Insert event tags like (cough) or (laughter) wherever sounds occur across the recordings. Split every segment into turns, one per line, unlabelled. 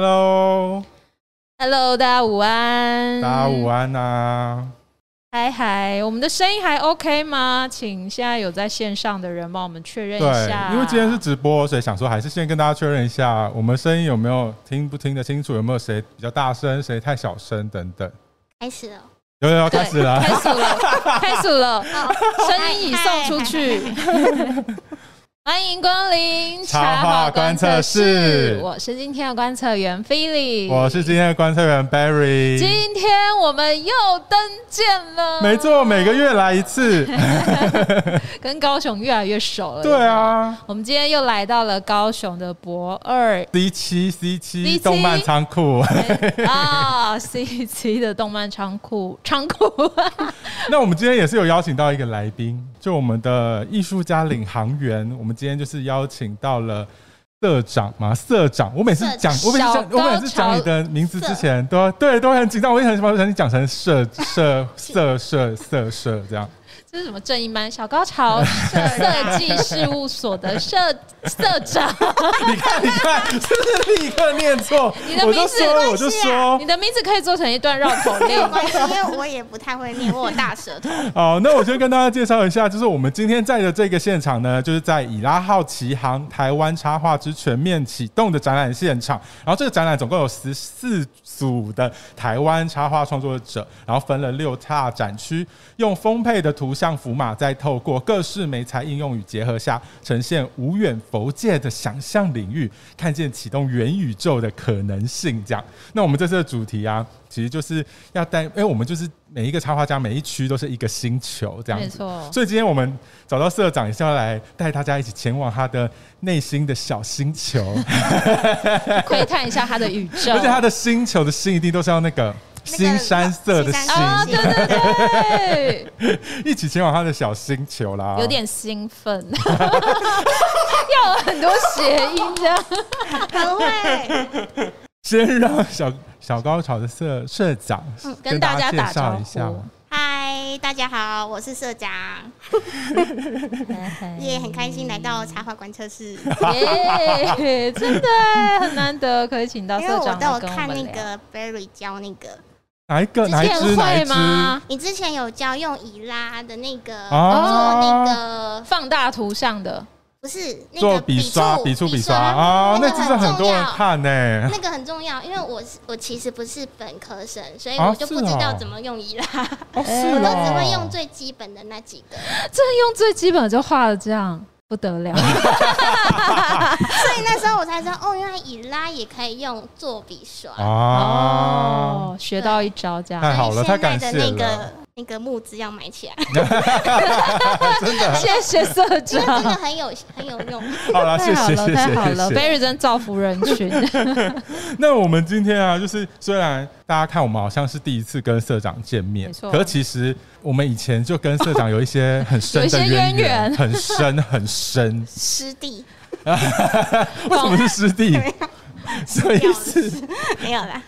Hello，
Hello，大家午安，
大家午，安啊！
嗨嗨，我们的声音还 OK 吗？请现在有在线上的人帮我们确认一下，
对，因为今天是直播，所以想说还是先跟大家确认一下，我们声音有没有听不听得清楚，有没有谁比较大声，谁太小声等等。
开始了，
有有有，
对
开始了
开。始
(laughs)
了，开始了，
哦，
声音已送
(laughs)
出去。欢迎光临
茶话观测室
我是今天的观测员菲利，
我是今天的观测员 Barry。
今天我们又登见了，
没，错，每个月来一次。
跟高雄越来越熟了。
对啊
我们今天又来到了高雄的博二
，D 七 C 七
D7
动漫仓库。
(laughs) 啊 C C 的动漫仓库仓库， (laughs)
(laughs) 那我们今天也是有邀请到一个来宾，就我们的艺术家领航员。我们今天就是邀请到了社长嘛，社长。我每次
社
讲，我每次
小
讲，
高
我每次讲你的名字之前，都要对都很紧张，我也很想把你讲成社社社
(laughs)
社社社这样。
这是什么正音班？小
(laughs)
高潮设设计事务所的社社长，
你看，你看，是不是立刻念错？
(laughs) 你的
我
名
就
字
说了，我就说
你，的名字可以做成一段绕口
(laughs)
没有
令。
关系，因为我也不太会念，我有大舌
(laughs)
头。
好，那我先跟大家介绍一下，就是我们今天在的这个现场呢，就是在以拉号奇航台湾插画之全面启动的展览现场。然后这个展览总共有十四组的台湾插画创作者，然后分了六大展区，用丰沛的图像符码，再透过各式媒材应用与结合下，呈现无远佛界的想象领域，看见启动元宇宙的可能性。这样，那我们这次的主题啊，其实就是要带，因为我们就是每一个插画家，每一区都是一个星球这样
没
子。
错，
所以今天我们找到社长，也是要来带大家一起前往他的内心的小星球，
窥探一下他的宇宙。
而且他的星球的星一定都是要那个
那个
新山色的
新山
星，
色
啊，对对
(laughs)
对，哦
一起前往他的小星球啦。
有点兴奋， (laughs) 要有很多谐音
(laughs)
这样。
很会，
先让小小高潮的社社长
跟大家
介
打招
绍
呼
一下嘛。
嗨，大家好，我是
(laughs)
社长，也很开心来到茶话观测室，因
耶，真的耶很难得可以请到社
为我
长
都有
来跟我
看
们
那
聊。
个 Berry 教那个，
哪一个？哪一只？
之前
哪一
会
只？
吗？
你之前有教用以拉的那个
啊
做
哦
那个
放大图像的，
不是那
做
个
笔刷，笔触
触
笔刷啊，那
那
只是很多人
重要
看欸呢。
那个很重要，因为我是我其实不是本科生，所以
啊
我就是不知道
哦
怎么用以拉，
哦，是
我
哎
都只会
哦
用最基本的那几个。
这用最基本的就画了这样，不得了。
所以那时候我才知道，哦，原来以拉也可以用做笔刷。
啊。
哦，学到一招这样。
太好了
所以
太感
现
谢
在的那
了
个那个木资要买
(laughs)
起来，
谢谢社
因为真的
长，
很有很有用。
(laughs) 好了，
太
啊谢
好
谢
了，
谢
太好
谢
了
谢谢。
，Berry 真造福人群。
(laughs) 那我们今天啊，就是虽然大家看我们好像是第一次跟社长见面
没，错
可其实我们以前就跟社长有一些很深的
有一些
渊
渊源
很深很
(laughs)
深。
师弟
为什么是师弟？什么意思？
没有啦，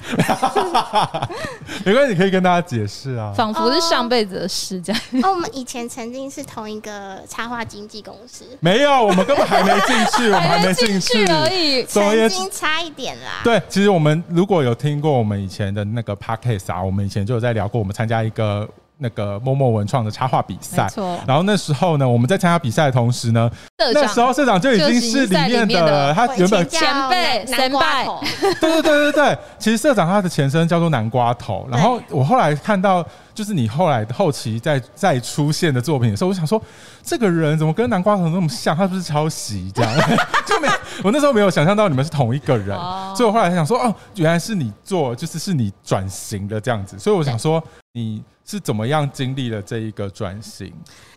没关系，你可以跟大家解释啊。
仿佛是上辈子的事这样。
哦，我们以前曾经是同一个插画经纪公司，
没有，我们根本还没进去，我们还没
进
进去
去而已。
总而言
曾
之
经差一点啦。
对，其实我们如果有听过我们以前的那个 podcast 啊，我们以前就有在聊过，我们参加一个那个默默文创的插画比赛
没。错，
然后那时候呢，我们在参加比赛的同时呢，
社
那时
长
候社长就已经是里面的了。他
我以
啊原本
前叫
前辈
南瓜头，
对对对对对，其实社长他的前身叫做南瓜头。然后我后来看到，就是你后来后期再再出现的作品的时候，我想说，这个人怎么跟南瓜头那么像？他是不是抄袭这
(laughs)
样？就没我那时候没有想象到你们是同一个人，
哦
所以我后来才想说，哦，原来是你做，就是是你转型的这样子。所以我想说，你是怎么样经历了这一个转型？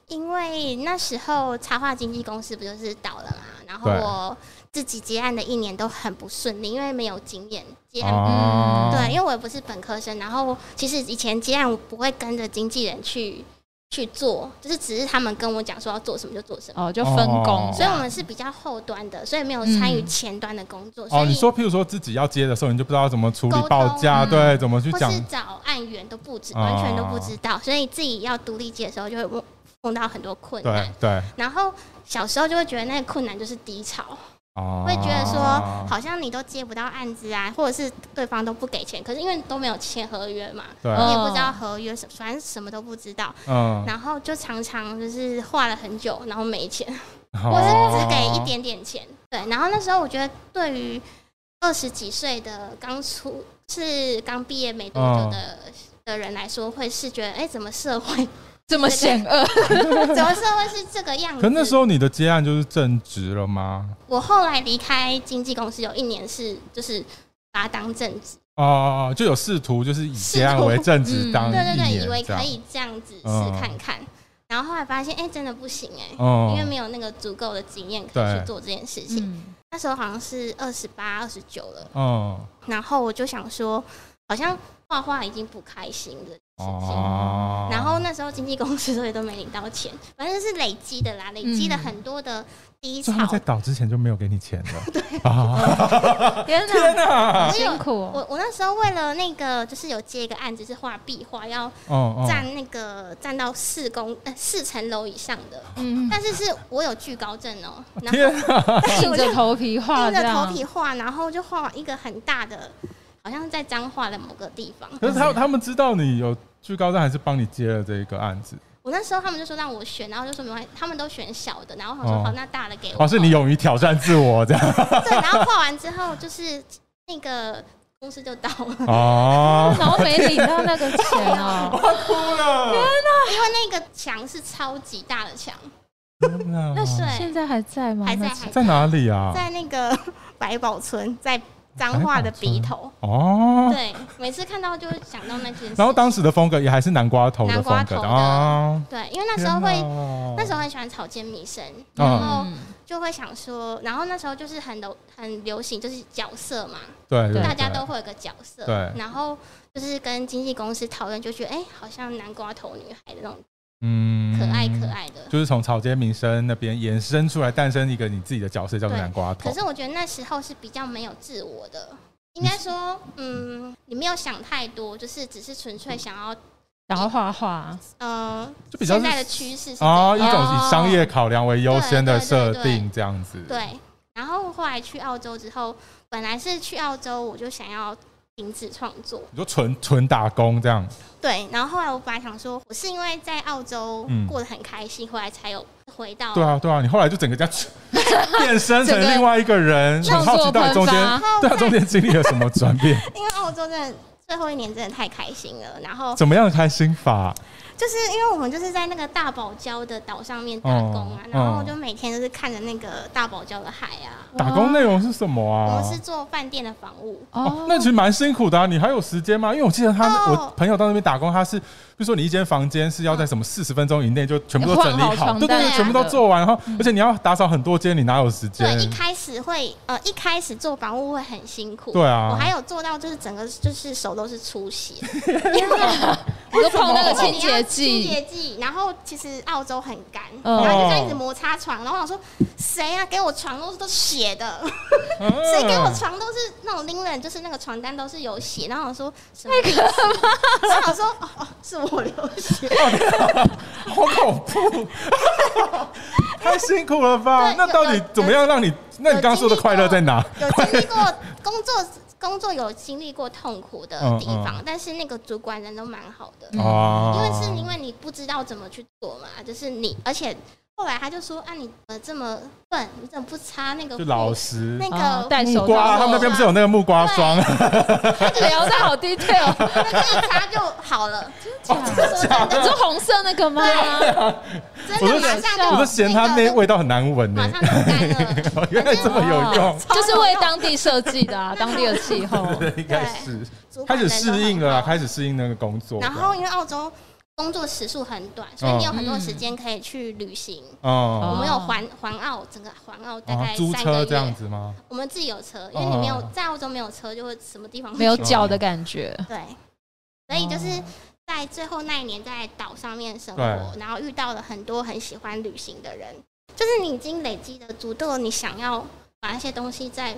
因为那时候插画经纪公司不就是倒了嘛，然后
对
我自己接案的一年都很不顺利，因为没有经验，接案
啊，
嗯对，因为我也不是本科生，然后其实以前接案我不会跟着经纪人去去做，就是只是他们跟我讲说要做什么就做什么，
哦，就分工
哦，
所以我们是比较后端的，所以没有参与前端的工作。所
哦，
以
你说，譬如说自己要接的时候，你就不知道怎么处理
沟通
报价，
嗯
对，怎么去
或
讲哦
是找案源都不知，完全都不知道，所以自己要独立接的时候就会碰碰到很多困
对
难。
对
然后小时候就会觉得那个困难就是低潮，
哦
会觉得说，好像你都接不到案子啊，或者是对方都不给钱，可是因为都没有签合约嘛，
对
你
嗯
也不知道合约什，反正什么都不知道，
嗯，
然后就常常就是画了很久，然后没钱，
我
或是只给一
哦
点点钱。对，然后那时候我觉得，对于二十几岁的刚出是刚毕业没多久的、
嗯
的人来说，会是觉得，哎、怎么社会， (laughs)
这么险恶，
怎么社会是这个样子？
可那时候你的接案就是正职了吗？
我后来离开经纪公司有一年是就是把它当正职，
哦，就有试图就是以接案
试图
为正职当
嗯对
一
对对，以为
年这
可
样，
以这样子
嗯
试看看，然后后来发现，哎、真的不行哎、因为
哦，
没有那个足够的经验可以
对
去做这件事情。
嗯，
那时候好像是二十八、二十九了，
嗯，
然后我就想说，好像画画已经不开心了。
哦，
然后那时候经纪公司所以都没领到钱，反正是累积的啦，累积
嗯
了很多的低
所
潮
以。他在倒之前就没有给你钱
(laughs)
的，对啊，
天哪，
哦
好辛苦哦，
我我那时候为了那个就是有接一个案子是画壁画，要
哦，
站那个站到四公呃四层楼以上的，
嗯，
但是是我有惧高症哦、然后
天啊，
硬着头皮画
硬
这
着
样，
头皮画，然后就画一个很大的，好像是在彰化的某个地方。
可是他他们知道你有惧高症，还是帮你接了这个案子？
我那时候他们就说让我选，然后就说没关系，他们都选小的，然后我说
哦
好，那大的给我。
哦，是你勇于挑战自我这样
(laughs) 对，然后画完之后就是那个公司就到了，
哦，
然后没领到那个钱
(laughs)
哦，
我哭了，
因为那个墙是超级大的墙，
天哪
那是
现在还在吗？
还在
那
还
哦在哪里啊？
在那个百宝村，在彰化的鼻头。
哦，
对，每次看到就会想到那件事。
然后当时的风格也还是南瓜头的风
南
格
瓜头的
啊，
对，因为那时候会，
天哪
那时候很喜欢草间弥生，
嗯
然后
嗯
就会想说，然后那时候就是很流很流行，就是角色嘛，
对对
大家
对
都会有个角色。
对
然后就是跟经纪公司讨论，就觉得哎、好像南瓜头女孩的那种
嗯
可爱可，爱的。
就是从草间弥生那边延伸出来诞生一个你自己的角色，叫做
对
南瓜头
可。是我觉得那时候是比较没有自我的，应该说，嗯，你没有想太多，就是只是纯粹想要，
然后画画，
呃，
就比较
现
是
在的趋势是这样
啊，一种以商业考量为优先的设
对对对
定，这样子。
对。然后后来去澳洲之后，本来是去澳洲，我就想要停止创作，
你说纯纯打工这
哦
样，
对。然后后来我本来想说，我是因为在澳洲
嗯
过得很开心，后来才有回到
对啊对啊，你后来就整个这样 (laughs) 变身成
整个
另外一个人，很
创
好
作
奇到底
喷
中间
发，
对啊中间经历了什么转变，
因为澳洲真的最后一年真的太开心了，然后
怎么样的开心法？
就是因为我们就是在那个大堡礁的岛上面打工啊，
哦
然后
哦
就每天就是看着那个大堡礁的海啊。
打工内容是什么
我
啊？
们是做饭店的房务，
哦
哦，，
那其实蛮辛苦的、啊。你还有时间吗？因为我记得他，
哦
我朋友到那边打工，他是，比如说你一间房间是要在什么四十分钟以内就全部都整理
换好床
对对
单
对，
啊
全部都做完，然后而且你要打扫很多间，你哪有时
对，
间
一？开始会呃，一开始做房务会很辛苦，
对啊
我还有做到就是整个就是手都是
(laughs)
出血，
你就碰那个清
你
洁
要清
剂，
洁剂。然后其实澳洲很干，
哦
嗯
然后就这样一直摩擦床，然后我想说谁啊，给我床都是都血的，
嗯
谁给我床都是那种拎人，就是那个床单都是有血，然后我说什么意思？然后我说哦哦，是我流血，
好恐怖，太辛苦了吧？
对
那到底
有有
怎么样让你？那你刚刚说的快乐在哪？
(laughs) 有经历过工作。工作有经历过痛苦的地
嗯
方，但是那个主管人都蛮好的，
嗯
哦，
因为是因为你不知道怎么去做嘛，就是你，而且后来他就说啊，你怎么这么笨？你怎么不擦那个
就
护
老实
那
哦
个
戴
木
手
瓜，他
套，
们那边不是有那个木瓜霜？
聊的
(laughs)
好 detail，
那个一擦就好 (laughs) 了，
假
你
的
说红色那个吗？
真
我都
的马上
哦
就
我都嫌它那味道很难闻呢
马。上就干了。
原来这么有用，
啊就是为当地设计的啊，当地的气候。
对，应该是。(laughs)
主
开
管
始
人都
适
很
应了啦，
好
开始适应那个工作。
然后因为澳洲工作时数很短，所以
嗯
你有很多时
嗯
间可以去旅行。
哦，
我们有环环澳，整个环澳大
啊
概
租
三个
车这样
月。
子吗？
我们自己有车，因为你没有
哦
在澳洲没有车，就会什么地方都
没有
去
脚的感觉，
对，所以就是在最后那一年在岛上面生活，
哦对
然后遇到了很多很喜欢旅行的人，就是你已经累积的足够，你想要把那些东西再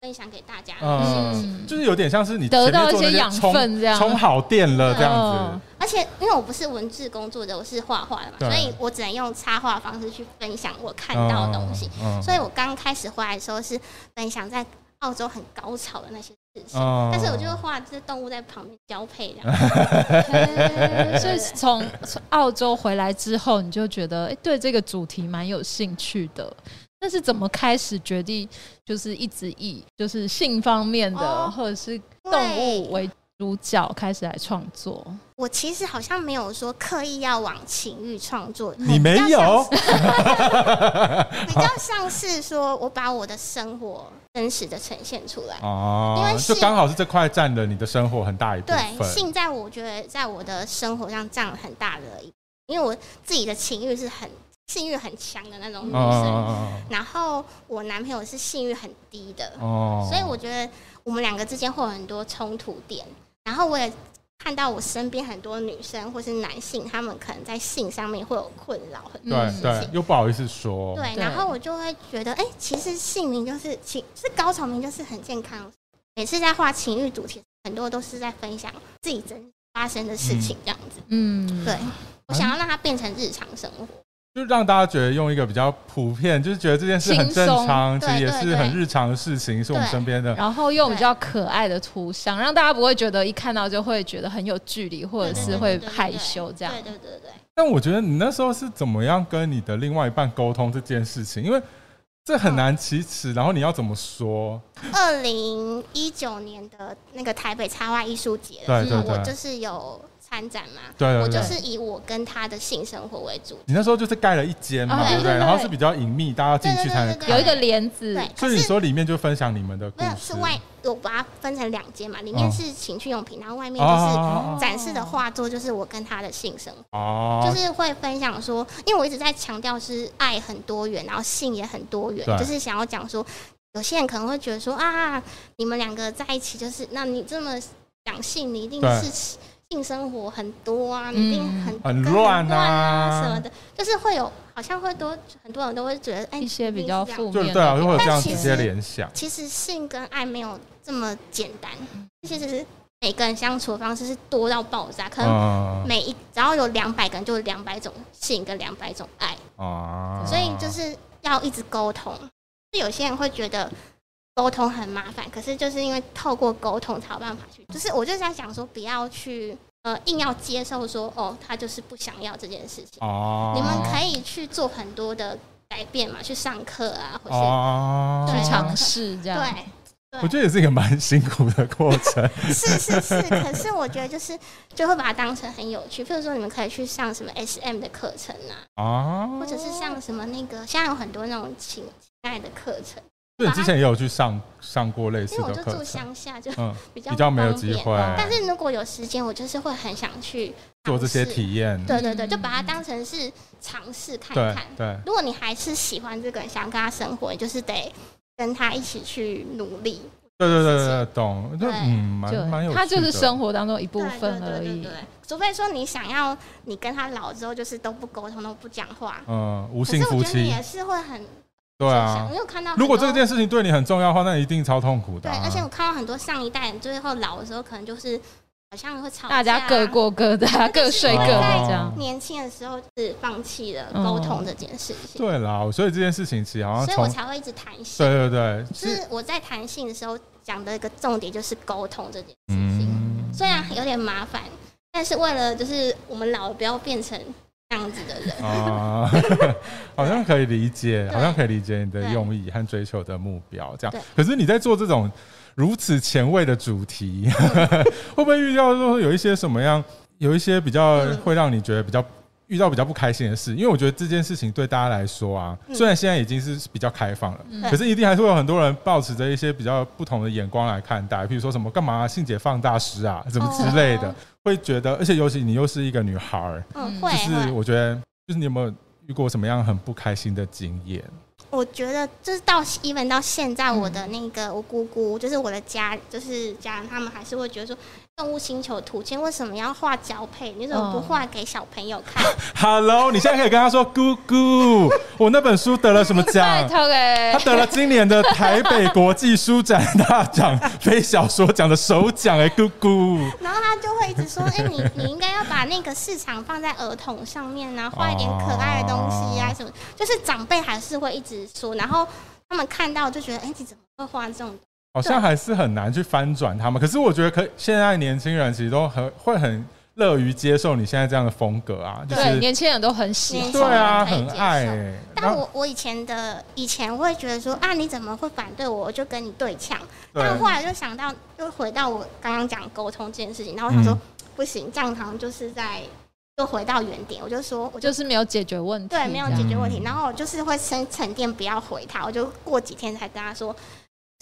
分享给大家。
(laughs) 嗯
嗯，
就是有点像是你
得到
前面做
一
那
些养
充
分这样
充好电了这样
嗯
子。
而而且因为我不是文字工作者，我是画画的嘛，
对
所以我只能用插画的方式去分享我看到的东西。
嗯，
所以我刚开始回来的时候是分享在澳洲很高潮的那些事情，
嗯
但是我就画这动物在旁边交配这样。
哎
(laughs) 所以从从澳洲回来之后，你就觉得哎、诶对这个主题蛮有兴趣的。但是怎么开始决定，就是一直以就是性方面的，
哦
或者是
对
动物为主角开始来创作？
我其实好像没有说刻意要往情欲创作，
你没
比较像
有
是，
(laughs)
比较像是说我把我的生活真实的呈现出来。因
哦
为，
就是刚好是这块占了你的生活很大一部
对，
分。
性在我觉得在我的生活上占了很大的一，因为我自己的情欲是很性欲很强的那种女生，
哦
然后我男朋友是性欲很低的，
哦
所以我觉得我们两个之间会有很多冲突点。然后我也看到我身边很多女生或是男性，他们可能在性上面会有困扰很多
对
事
对
情。，
又不好意思说，
对，
对
然后我就会觉得，哎、其实性名就是情，是高潮名就是很健康。每次在画情欲主题，很多都是在分享自己真发生的事情，这样子。
嗯，
对，我想要让它变成日常生活。
就让大家觉得用一个比较普遍，就是觉得这件事很正常，其
轻
实
松
也
对
是
对
很
对
日常的事情，是我们
对
身边的。
然后用比较可爱的图像，让大家不会觉得一看到就会觉得很有距离，或者
对
是
对
会
对对对
害羞这样。
对对对对。
但我觉得你那时候是怎么样跟你的另外一半沟通这件事情，因为这
嗯
很难启齿，然后你要怎么说？
二零一九年的那个台北插画艺术节
对
的时候，
对对
我就是有参展嘛。
对对
我
对
就是以我跟他的性生活为主。
你那时候就是盖了一间
哦
嘛，
啊
对
对
不对？
对对
然后是比较隐秘，大家进去才能
对对对对对
有
看
一。个帘子，
对，
所
可
以你
是
说里面就分享你们的故
没有
事，
是外，我把它分成两间嘛，里
嗯哦
面是情趣用品，然后外面就是
哦
展示的画作，就是我跟他的性生活。就
哦，
是会分享说，因为我一直在强调是爱很多元，然后性也很多元
对，
就是想要讲说，有些人可能会觉得说啊，你们两个在一起就是，那你这么讲性，你一定
对
是性生活很多啊，
嗯
你一定很
很
跟
乱
啊
啊
什么的，就是会有好像会多很多人都会觉得，哎、
一些比
你
较
是这样
负
就
面
是
的，
对啊，就会有这样
但
直
其
接
实
联想。
其实性跟爱没有这么简单，其实是每个人相处的方式是多到爆炸，可能
嗯
每一只要有两百个人，就有两百种性跟两百种爱。
啊
所以就是要一直沟通。就有些人会觉得沟通很麻烦，可是就是因为透过沟通才有办法去。就是我就是在想说，不要去呃硬要接受说哦，他就是不想要这件事情。
哦，
你们可以去做很多的改变嘛，去上课啊，或是、
哦
对
去尝试这样。
对。
我觉得也是一个蛮辛苦的过程。
是是是，可是我觉得就是就会把它当成很有趣。譬如说，你们可以去上什么 SM 的课程啊，
哦，
或者是上什么那个，现在有很多那种情情爱的课程。
对，你之前也有去上上过类
因
似
为我
的
就
课
住
程，
乡下，就
嗯，
比较
比较没有
不方
机
便
会
但是如果有时间，我就是会很想去
做这些
尝试。
体验，
对对对，就把它当成是尝试看
对
看。
对
如果你还是喜欢这个人，想跟他生活，你就是得跟他一起去努力。
对对对对，懂，就
对
嗯，蛮蛮有趣的，
就它就是生活当中一部分而
对对对
已
对。对，除非说你想要你跟他老之后就是都不沟通、都不讲话，
嗯，无
可
性
是我
夫
觉得你
妻，
也是会很
对
受
啊
伤。因为我看到很
如果这
多
件事情对你很重要的话，那一定超痛苦的
对，
啊。
而且我看到很多上一代人最后老的时候，可能就是好像会吵架
大
啊，
家各过各的，各睡各的这样。
年轻的时候是放弃了沟通这件事情，
对啦，所以这件事情其实好像
所以我
从
才会一直谈性。
对对对，
就是是我在谈性的时候讲的一个重点就是沟通这件事情，
嗯，
虽然有点麻烦，但是为了就是我们老了不要变成这样子的人，
啊， (laughs) 好像可以理解，
对
好像可以理解你的
对
用意和追求的目标。这样
对，
可是你在做这种如此前卫的主题，
嗯
(laughs) 会不会遇到说有一些什么样，有一些比较
嗯
会让你觉得比较？遇到比较不开心的事，因为我觉得这件事情对大家来说啊，
嗯
虽然现在已经是比较开放了，
嗯
可是一定还是会有很多人抱持着一些比较不同的眼光来看待，譬如说什么干嘛性解放大师啊，什么之类的，
哦
会觉得，而且尤其你又是一个女孩儿，
嗯，
嗯
会
就是
会。
我觉得，就是你有没有遇过什么样很不开心的经验？
我觉得就是到 even 到现在，我的那个我姑姑，就是我的家，就是家人，他们还是会觉得说，《动物星球图鉴》为什么要画交配？你怎么不画给小朋友看？ (laughs)
Hello，你现在可以跟他说姑姑，我那本书得了什么
拜
(laughs)
奖？
托哎
他，得了今年的台北国际书展大奖非小说奖的首奖哎、姑姑。
然后他就会一直说：“哎、你你应该要把那个市场放在儿童上面啊，画一点可爱的东西啊，什么。”就是长辈还是会一直说，然后他们看到就觉得：“哎、你怎么会画这种
好像还是很难去翻转他们。可是我觉得可，现在年轻人其实都很会很乐于接受你现在这样的风格啊，就
对，
是
年轻人都很喜
年
欢。
对啊，
轻人
很
可以接受
爱、欸。然
但
后
我我以前的以前会觉得说啊，你怎么会反对我？我就跟你对呛。
对
但后来就想到，又回到我刚刚讲沟通这件事情，然后我想说、
嗯
不行，这样好像就是在又回到原点。我就说，我就
就是没有解决问题，
对没有
这
解
样
决问题，
嗯
然后我就是会先沉淀，不要回他。我就过几天才跟他说。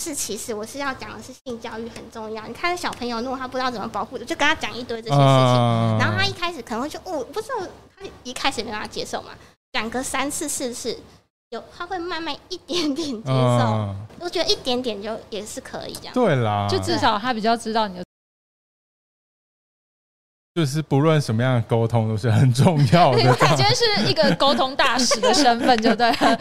是，其实我是要讲的是性教育很重要。你看小朋友，如果他不知道怎么保护的，就跟他讲一堆这些事情。
啊
嗯
然后他一开始可能会就哦，不是他一开始没办法接受嘛，讲个嗯三次四次，有他会慢慢一点点接
啊
受，
嗯
我觉得一点点就也是可以这样。
对啦，
就至少他比较知道你的。
就是不论什么样的沟通都是很重要的。
(laughs) 你今
(laughs)
天是一个沟通大使的身份，就对了，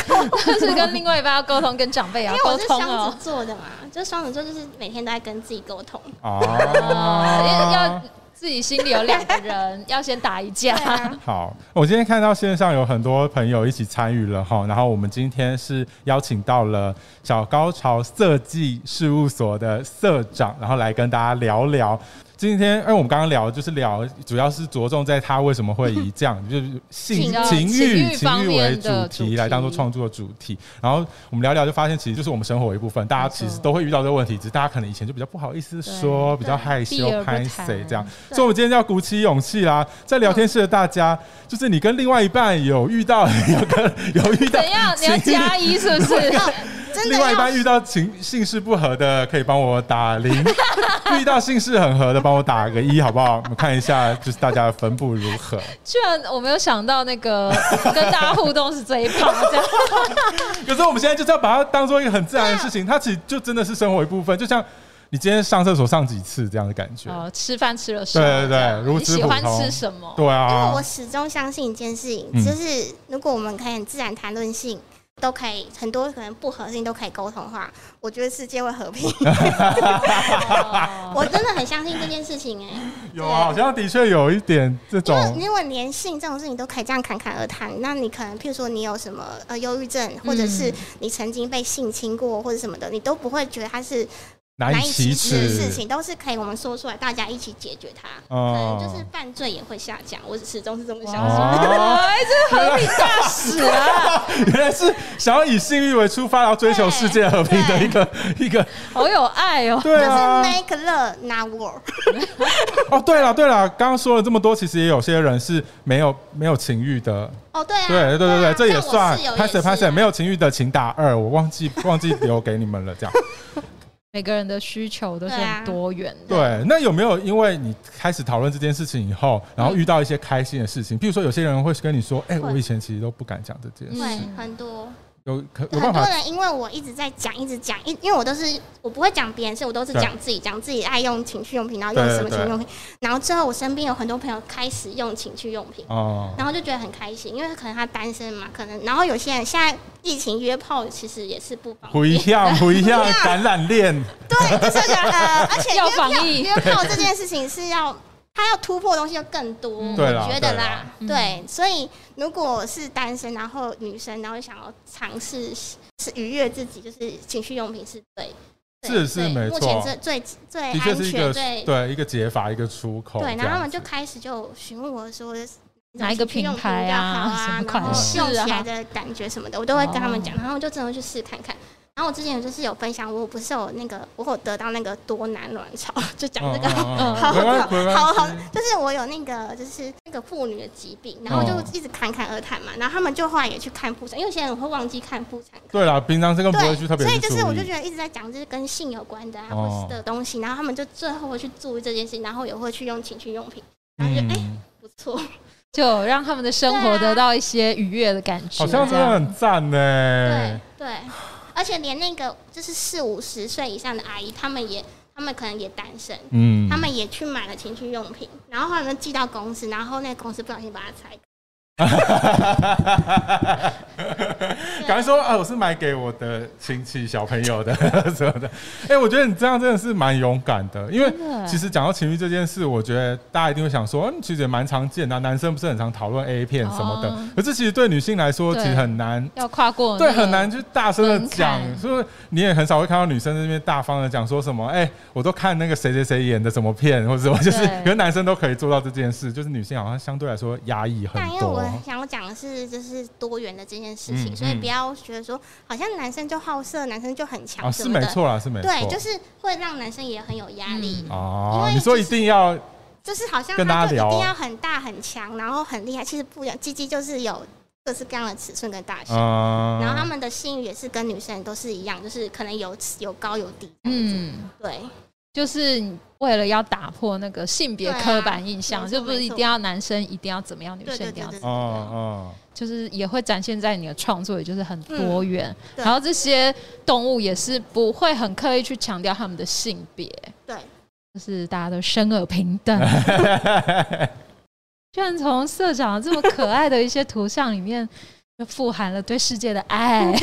就是跟另外一半要沟通，跟长辈也
因
要
为
沟
我是
通
双
哦
子。座的嘛，就双子座就是每天都在跟自己沟通，
啊， (laughs) 要要
啊，
自己心里有两个人，要先打一架
对。啊，
好，我今天看到线上有很多朋友一起参与了哈，然后我们今天是邀请到了小高潮色计事务所的社长，然后来跟大家聊聊。今天，哎因为我们刚刚聊，就是聊，主要是着重在他为什么会以这样，就是性
情
情
情
欲
啊欲
情
方
欲为
面
主
的主
题
题
来当做创作的主题。然后我们聊一聊，就发现其实就是我们生活的一部分，大家
没
其实
错
都会遇到这个问题，只是大家可能以前就比较不好意思说，比较
对
害羞
避而不
拍谁
谈
这样。
对嗯
所以，我们今天就要鼓起勇气啦，在聊天室的大家，就是你跟另外一半有遇到 (laughs) 有跟有遇到
怎样？你
情 (laughs)
要加一是不是？
啊 (laughs) 哦真的
另外一
要
半遇到情性事不合的，可以帮我打零；
(laughs)
遇到性事很合的，帮我打个一，好不好？我们看一下，就是大家的分布如何。
居然我没有想到那个
(laughs)
跟大家互动是这一趴，这样
可是我们现在就是要把它当做一个很自
啊
然的事情，它其实就真的是生活一部分，就像你今天上厕所上几次这样的感觉。
哦，吃饭吃了什
对
么？
对
这
对，
样
如
你
此
喜
普
欢
通
吃。什么？
对
因为
啊
我，始终相信一件事情，
嗯
就是如果我们可以很自然谈论性，都可以很多可能不合性都可以沟通的话，我觉得世界会
(laughs)
和平。
哦
我真的很相信这件事情哎、
有啊，好像的确有一点这
因
种
为如果连性这种事情都可以这样侃侃而谈，那你可能譬如说你有什么呃忧郁症，或者
嗯
是你曾经被性侵过或者什么的，你都不会觉得它是
难以
以启
启
齿的事
齿。
情，都是可以我们说出来，大家一起解决它。可
哦
能就是犯罪也会下降，我始终是这么想
哇
说。
哦
哎，这合理大使
(laughs)
啊，
原来是想要以性欲为出发，然后追求世界和平的一个一个，
好有爱哦。
对
就是
啊，
make love not war，
哦，对了对了，刚刚说了这么多，其实也有些人是没有没有情欲的，
哦，对啊，
对对对对，
啊
这也
像我
算
室友。
拍
也
谁拍
是
谁，
啊
没有情欲的请打二，我忘记忘记留给你们了，
(laughs)
这样。
每个人的需求都是
对啊
很多元的。
对，那有没有因为你开始讨论这件事情以后，然后
嗯
遇到一些开心的事情？譬如说，有些人会跟你说：“哎、
会
我以前其实都不敢讲这件事。
对
嗯
很多。
有可有
很
办
多
法
人因为我一直在讲，一直讲，一因为我都是我不会讲别人事，我都是
对
讲自己，讲自己爱用情趣用品，然后
对
用
对
什么情
对
趣用品，然后之后我身边有很多朋友开始用情趣用品，
哦，
然后就觉得很开心，因为可能他单身嘛，可能然后有些人现在疫情约炮其实也是不方
不
便
一，样，不一
(laughs)
样，感染链。
对，就是
(laughs)
呃，而且
要
约炮
防疫
约炮这件事情是要。他要突破的东西就更多，
嗯
我
对啦
觉得啦，
对啦
对，所以如果是单身，然后女生，然后想要尝试是愉悦自己，就是情趣用品是对，对
是是
对
没错
目前最最最
的确
哎安
是一
全
个
最
对一个解法，一个出口哦这
对，
样子。
然后他们就开始就询问我说
哪一个品牌啊
什么
什么款
式
用
啊
起来的感觉什么的，我都会跟他们讲，
哦
然后我就真的去试看看。然后我之前就是有分享，我不是有那个，我有得到那个多囊卵巢，就讲这个
嗯嗯
(laughs)
嗯
好
没关系没关系
好好，就是我有那个就是那个妇女的疾病，然后就一直侃侃而谈嘛，然后他们就后来也去看妇产，因为有些人会忘记看妇产科。
对啦，平常这个不会去特别
所以
去
就
注
是我就
意
觉。得一直在讲就是跟性有关的啊，
哦
或是的东西，然后他们就最后会去注意这件事，然后也会去用情趣用品，然后就哎、
嗯，
不
(laughs)
错，啊
就让他们的生活得到一些愉悦的感觉。
好像真
这
的
样
很赞呢。
对对，对，而且连那个就是四五十岁以上的阿姨，他们也他们可能也单身，
嗯
他们也去买了情趣用品，然后他们寄到公司，然后那个公司不小心把它拆开。
(laughs) 赶快说啊，我是买给我的亲戚小朋友的 (laughs) 什么的。哎、我觉得你这样真的是蛮勇敢的，因为
真的
其实讲到情欲这件事，我觉得大家一定会想说，嗯，其实也蛮常见的啊、男生不是很常讨论 A 片什么的，
哦
可是其实对女性来说，其
对
实很难。
要跨
哦
过
对，
那个
很难去大声的
门
讲，
槛
所以你也很少会看到女生在那边大方的讲说什么，哎、我都看那个谁谁谁演的什么片，或者什么，就是，
对
可是男生都可以做到这件事，就是女性好像相对来说压抑很
但因为
多
我。想我讲的是就是多元的这件事
嗯
情，所以
嗯
不要觉得说好像男生就好色，男生就很
啊，
强
是
什
没
么的。
错啦，是没错。
对，就是会让男生也很有压力，
哦
因，为
你说
就
一
是
定要
就是好像
跟大
他
家
就一
聊
定要很大很强，然后很厉害。其实不一样，鸡鸡就是有各式各样的尺寸跟大小，
嗯，
然后他们的性欲也是跟女生都是一样，就是可能有有高有低。嗯，
嗯，
对，
就是为了要打破那个性别
对啊
刻板印象，
没错
就不是一定要男生一定要怎么样，女
对
生
对
一定
对
要
对，对 (laughs)
哦
就是也会展现在你的创作，也就是很多元。
嗯对
然后这些动物也是不会很刻意去强调他们的性别，
对，
就是大家都生而平等。
哎
居然从社长这么可爱的一些图像里面，就富含了对世界的爱。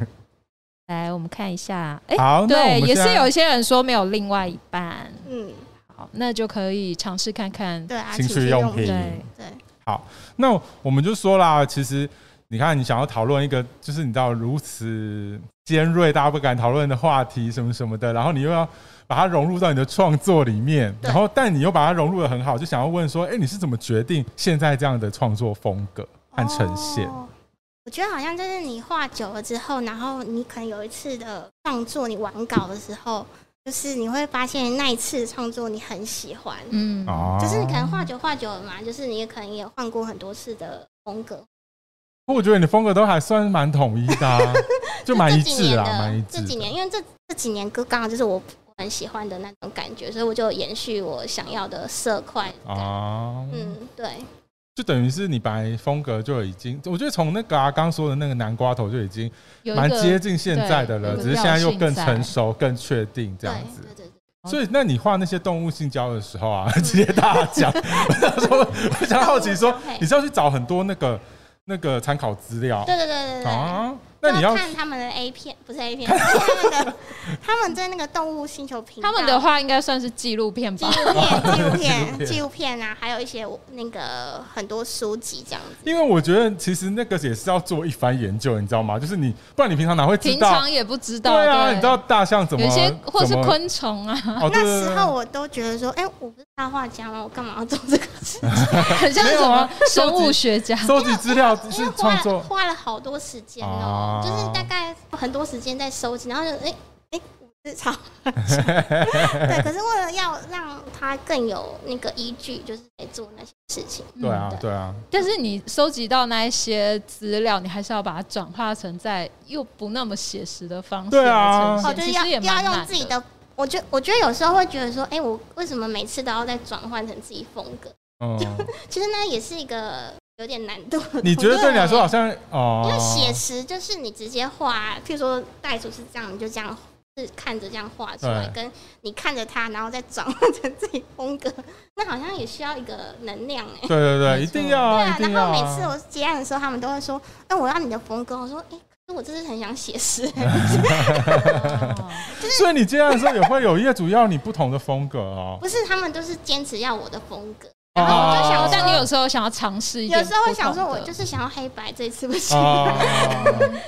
(laughs) 来，我们看一下，哎、
嗯，好，那
对，
我们
也
现在
是有一些人说没有另外一半，
嗯，
好，那就可以尝试看看。
对啊，
情
情
趣
趣
用
用
品
品，
对，
对，
那我们就说啦，其实你看，你想要讨论一个就是你知道如此尖锐、大家不敢讨论的话题，什么什么的，然后你又要把它融入到你的创作里面，
对
然后但你又把它融入的很好，就想要问说，哎，你是怎么决定现在这样的创作风格和呈现？
哦我觉得好像就是你画久了之后，然后你可能有一次的创作，你完稿的时候，就是你会发现那一次创作你很喜欢，
嗯，
哦，
就是你可能画久画久了嘛，就是你也可能也换过很多次的风格，
不过我觉得你的风格都还算蛮统一
(laughs)
的、啊，就蛮
这
一
几
致
年
啦，
的
蛮一致
这
的。
几年，因为这这几年歌刚好就是我我很喜欢的那种感觉，所以我就延续我想要的色块感。
哦，
嗯，对，
就等于是你本来风格就已经，我觉得从那个啊刚说的那个南瓜头就已经
有一
蛮
个
接近现在的了，
对
只是现在又更
有
成
个调性
熟、更确定这
对
样子。
对对对。
所以，那你画那些动物性交的时候啊， (laughs) 直接大讲，我想说，我想好奇说
动物交配，
你是要去找很多那个那个参考资料
对对对对对对。
啊？那你要
看他们的 A 片，不是 A 片， (laughs) 是他们的他们在那个动物星球频道，
他们的话应该算是纪录片
纪
吧。
录
(laughs) 纪
片、纪录
录
片、
片
纪录片啊，还有一些那个很多书籍这样子。
因为我觉得其实那个也是要做一番研究，你知道吗？就是你，不然你平常哪会知
平
道？
常也不知道，
对啊，你知道大象怎么？
有一些或是
怎么
昆虫啊， (laughs)
哦，
(laughs)
对
那
对对
时候我都觉得说，哎、我不是插画家吗？我干嘛要做这个？
很像
没
什
有啊
么生物学家，
收集资料
因
是
为花
创
了 (laughs)
作 (laughs)
花了好多时间哦、
啊
就是大概很多时间在收集，然后就哎哎、我是
(laughs)
插画家，对。可是为了要让他更有那个依据，就是来做那些事情。
对啊
嗯，
对啊，
但是你收集到那一些资料，你还是要把它转化成在又不那么写实的方式
对啊
来呈
哦，
现
就是
其
要
实也
要
蛮难
用
(laughs)
自己。的。我觉我觉得有时候会觉得说，哎、我为什么每次都要再转换成自己风格？
嗯，
其实呢，也是一个有点难度的东西。
你觉得对你来说好像哦
因，为写实就是你直接画，譬如说袋鼠是这样，你就这样是看着这样画出来，
对
跟你看着它，然后再转换成自己风格，那好像也需要一个能量 (laughs) 哎、
对对对，
没
一
错
定要啊，一
对啊，
定
然
要
后每次
啊。
我接案的时候，他们都会说：“哎、我要你的风格。”我说：“哎、可是我真是很想
(laughs)
写实、
哦
所以你接案的时候也会有业主要你不同的风格
(laughs)
哦。
不是他们都是坚持要我的风格。
然
后我就想
哦
说
但你有时候想要尝试一点
有
不
时
同的，
候会想说，我就是想要黑白，这一次不行， (laughs)
啊，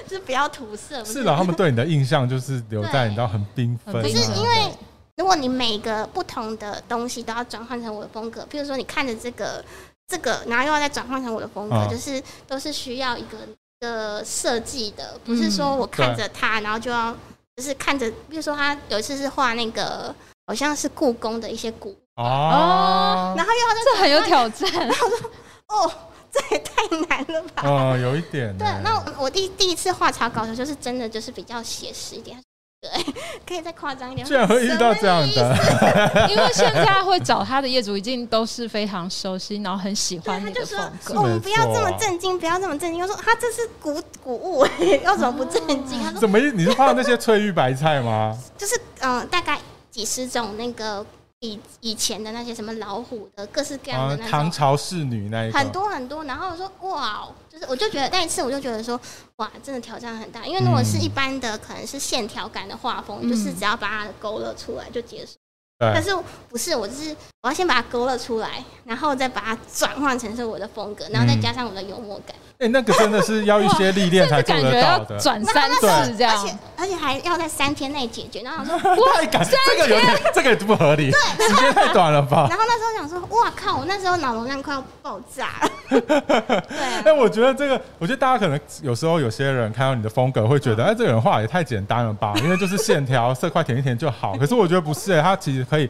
就是不要涂色。不
是了，他们对你的印象就是留在
对
你知道很缤纷啊，
很
不
缤
是
纷
因为如果你每个不同的东西都要转换成我的风格，譬如说你看着这个这个，然后又要再转换成我的风格，
啊
就是都是需要一个一个设计的，不是
嗯
说我看着它，然后就要就是看着，比如说他有一次是画那个好像是故宫的一些古，
啊
哦，
然后又要再
这很有挑战。 (laughs)
哦， (laughs) 这也太难了吧？
哦，有一点呢。
对，那我我第第一次画草稿的时候，就是真的就是比较写实一点。 (laughs) 对，可以再夸张一点。
居然会遇到这样的，
因为现在会找他的业主一定都是非常熟悉，然后很喜
对，
欢
他
你
就
的
说
风
哦
格。
我们不要这么震惊，不要这么震惊。我说他这是古古物，欸 (laughs) 要怎么不震惊？
哦
他说
怎么一你是放那些翠玉白菜吗？
就是嗯、呃大概几十种那个以以前的那些什么老虎的各式各样
哦
啊
的，那种
唐朝仕女那一个，
很多很多，然后我说哇哦，就是我就觉得那一次我就觉得说哇，真的挑战很大，因为如果是一般的可能是线条感的画风，
嗯
就是只要把它勾勒出来就结束。但
对，
是不是我就是我要先把它勾勒出来，然后再把它转换成是我的风格，然后再加上我的幽默感，
哎，那个真的是要一些历练才
这
做
感
得
觉
到
要
的，
转三次这
啊
样，
而且而且还要在三天内解决。然后我说，
(laughs) 太赶，这个有点，这个也不合理，时间太短了吧？
然后那时候想说，哇靠，我那时候脑容量快要爆炸了。对啊、
(laughs) 但我觉得这个，我觉得大家可能有时候有些人看到你的风格会觉
嗯
得，哎，这个人画也太简单了
(laughs)
吧？因为就是线条、色块填一填就
嗯
好。可是我觉得不是、哎，他其实可以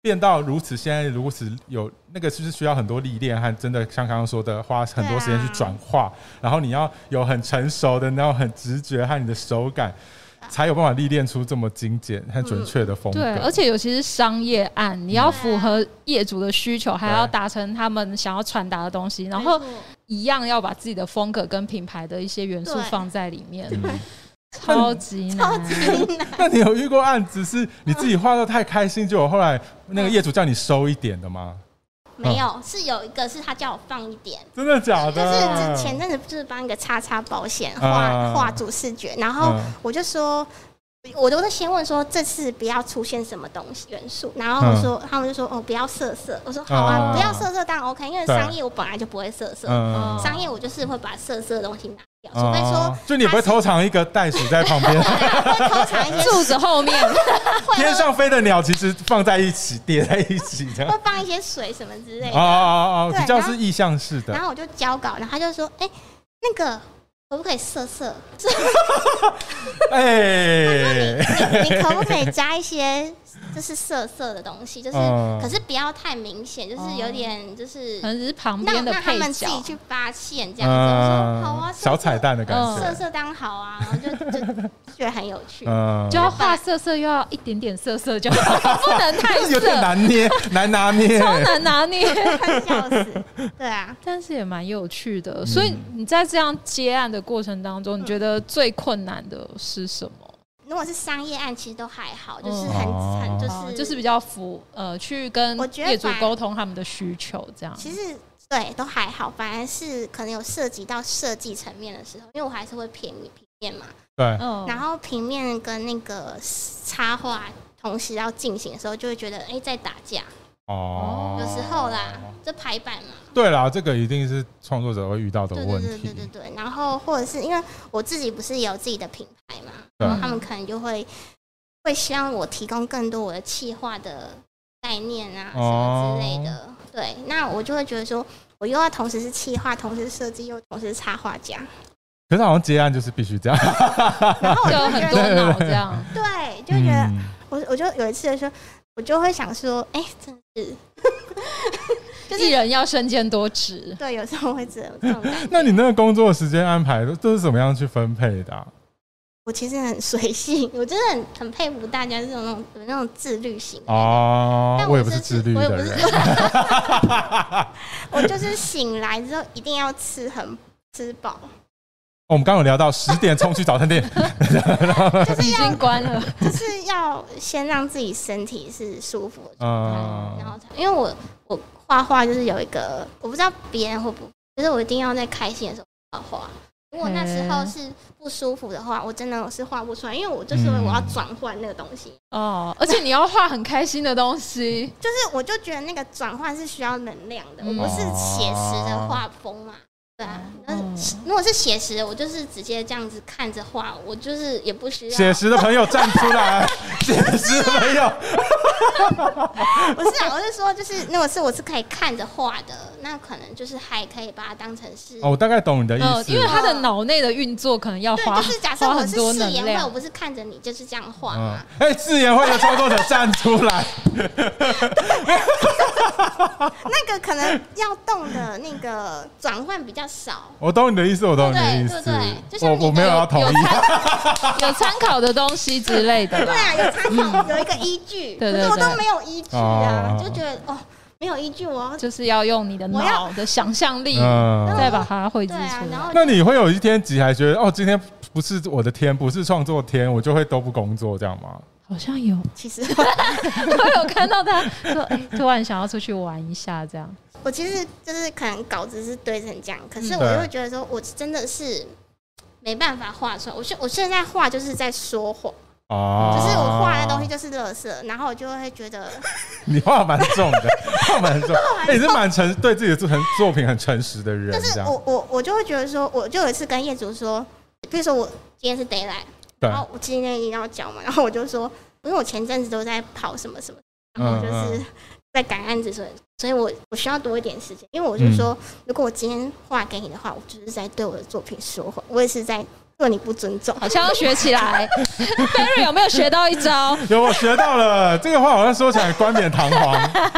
变到如此现在如此有那个，就是需要很多历练和真的像刚刚说的，花很多时间去转化，
嗯
然后你要有很成熟的，然后很直觉和你的手感。才有办法历练出这么精简和准确的风格。
嗯对，而且尤其是商业案，你要符合业主的需求，还要达成他们想要传达的东西，然后
没错
一样要把自己的风格跟品牌的一些元素
对
放在里面， (laughs)
嗯
超级
超
难。
级难，
那你有遇过案子是你自己画的太开心，就有后来那个业主叫你收一点的吗？
(laughs) 没
嗯
有，是有一个是他叫我放一点。
真的假
就
的？
是前阵子就是帮一个叉叉保险
啊
画画主视觉，然后
嗯
我就说，我都是先问说这次不要出现什么东西元素，然后
嗯
我说他们就说哦不要色色，我说好
啊
啊，不要色色当然 OK，因为
对
商业我本来就不会色色，
嗯
商业我就是会把色色的东西拿掉，哦除
哦
非说
就你不会偷藏一个袋鼠在旁边，
(laughs) 会啊偷藏一些
柱子后面
会
天
会
上飞的鸟其实放在一起叠在一起这样。
会放一些水什么之类
哦哦
的，
哦哦，
(laughs) 对
比较是意向式的
然，后我就交稿，然后他就说哎那个可不可以色色？
哎，
你可不可以加一些就是色色的东西？就是，
嗯
可是不要太明显，就是有点就是
可能只是哦旁
让
边的
让他
配
们自
角
己，去发现这样子。我
嗯
说好啊，色
小彩蛋的感
嗯
觉
色，色当好啊，然后就就
(laughs)
就觉得很有趣。
嗯
就要画色色，又要一点点色色就好，
(laughs)
不能太
哎有点
色，
难捏，难拿
(laughs)
捏，
超难拿捏。 (laughs)
快笑死，对啊，
但是也蛮有趣的。所
嗯
以你在这样接案的过程当
嗯
中，你觉得最困难的是什么？
如果是商业案，其实都还好，就是
嗯
很
哦
很就
哦
是
就是比较符呃，去跟
我觉得
业主
反
沟通他们的需求，这样。
其实对都还好，反而是可能有涉及到设计层面的时候，因为我还是会平平面嘛，
对，
嗯
然后平面跟那个插画同时要进行的时候，就会觉得哎、在打架，
哦，
有时候啦，这排版嘛，
对啦，这个一定是创作者会遇到的
对对
问
对对
题，
对对。然后或者是因为我自己不是也有自己的品牌嘛，
对啊
他们可能就会会希望我提供更多我的企划的概念啊什么之类的。
哦
对，那我就会觉得说。我又要同时是企划，同时设计，又同时是插画家，
可是好像接案就是必须这样，
然后我
就
就
有
觉
很
得，
多脑这样，
对，就觉得
嗯
我我就有一次的时候，我就会想说，哎、真的是
艺人要身兼多职。
对，有时候会这种这种感觉。
那你那个工作时间安排都都是怎么样去分配的啊、
我其实很随性，我真的很很佩服大家这种那种有那种自律型的。
哦
但，
我也
是
不是自律
我也
的
不是
人，，
(laughs)
哦
我就是醒来之后一定要吃很吃饱，
哦我们刚刚有聊到十点冲去早
(laughs)
餐店，
就是
已
要
经关
(laughs)
了，
就是要先让自己身体是舒服的，
嗯
然，后才因为我我画画就是有一个，我不知道别人会不，就是我一定要在开心的时候画画。如果那时候
嗯
是不舒服的话，我真的是画不出来，因为我就是我
嗯
要转换那个东西，
哦，而且你要画很开心的东西，
就是我就觉得那个转换是需要能量的，我
嗯哦
不是写实的画风嘛，对啊。
嗯
那是如果是写实的，我就是直接这样子看着画，我就是也不需要。
写实的朋友站出来，写实的朋
啊
友，
不是啊，我是说，就是如果是我是可以看着画的，那可能就是还可以把它当成是。
哦，我大概懂你的意
嗯，
思，
因为他的脑内的运作可能要
对，
花
就是假设
花
我
很
是
多
誓
能
言会，我
量，
不是看着你就是这样画
嗯
嘛。，
哎，自研会的创作者站出来，
那个可能要动的那个转换比较
(laughs)
少，
我懂你的意思，我懂你的意
对
思。
对对就像你
我我没有
的
要同
有
意，
参有参考的东西之类的
对 (laughs)
啦。
啊，有参考有一个依
嗯 (laughs)
据，
对
可
对
是我
对
都没有依据啊
哦，
就觉得哦没有依据，我要
就是要用你的
我要
脑的想象力，
嗯
再把它绘制
对啊
出，
然
来。
后
那你会有一天起来觉得哦，今天不是我的天，不是创作天，我就会都不工作这样吗？
好像有， (laughs)
其实 (laughs)
我有看到他说，哎、突然想要出去玩一下，这样。
我其实就是可能稿子是堆成这样，可是
嗯
我
对
又会觉得说，我真的是没办法画出来。我现我现在画就是在说谎，
哦，
嗯就是我画的东西就是垃圾，然后我就会觉得，
你画蛮重的，画蛮
(laughs)
重，哎、你是蛮诚，对自己的作很作品很诚实的人，
就
这
是
样
我我我就会觉得说，我就有一次跟业主说，比如说我今天是 d a y l i g h t
对
然，后我今天一定要交嘛，然后我就说，因为我前阵子都在跑什么什么，然
嗯
后就是 (laughs) 在赶案子，所以所以我我需要多一点时间，因为我就说，
嗯
如果我今天画给你的话，我就是在对我的作品说谎，我也是在对你不尊重。
好像要学起来。Barry 有没有学到一招？
嗯有我学到了这个话，好像说起来冠冕堂
(laughs)
皇。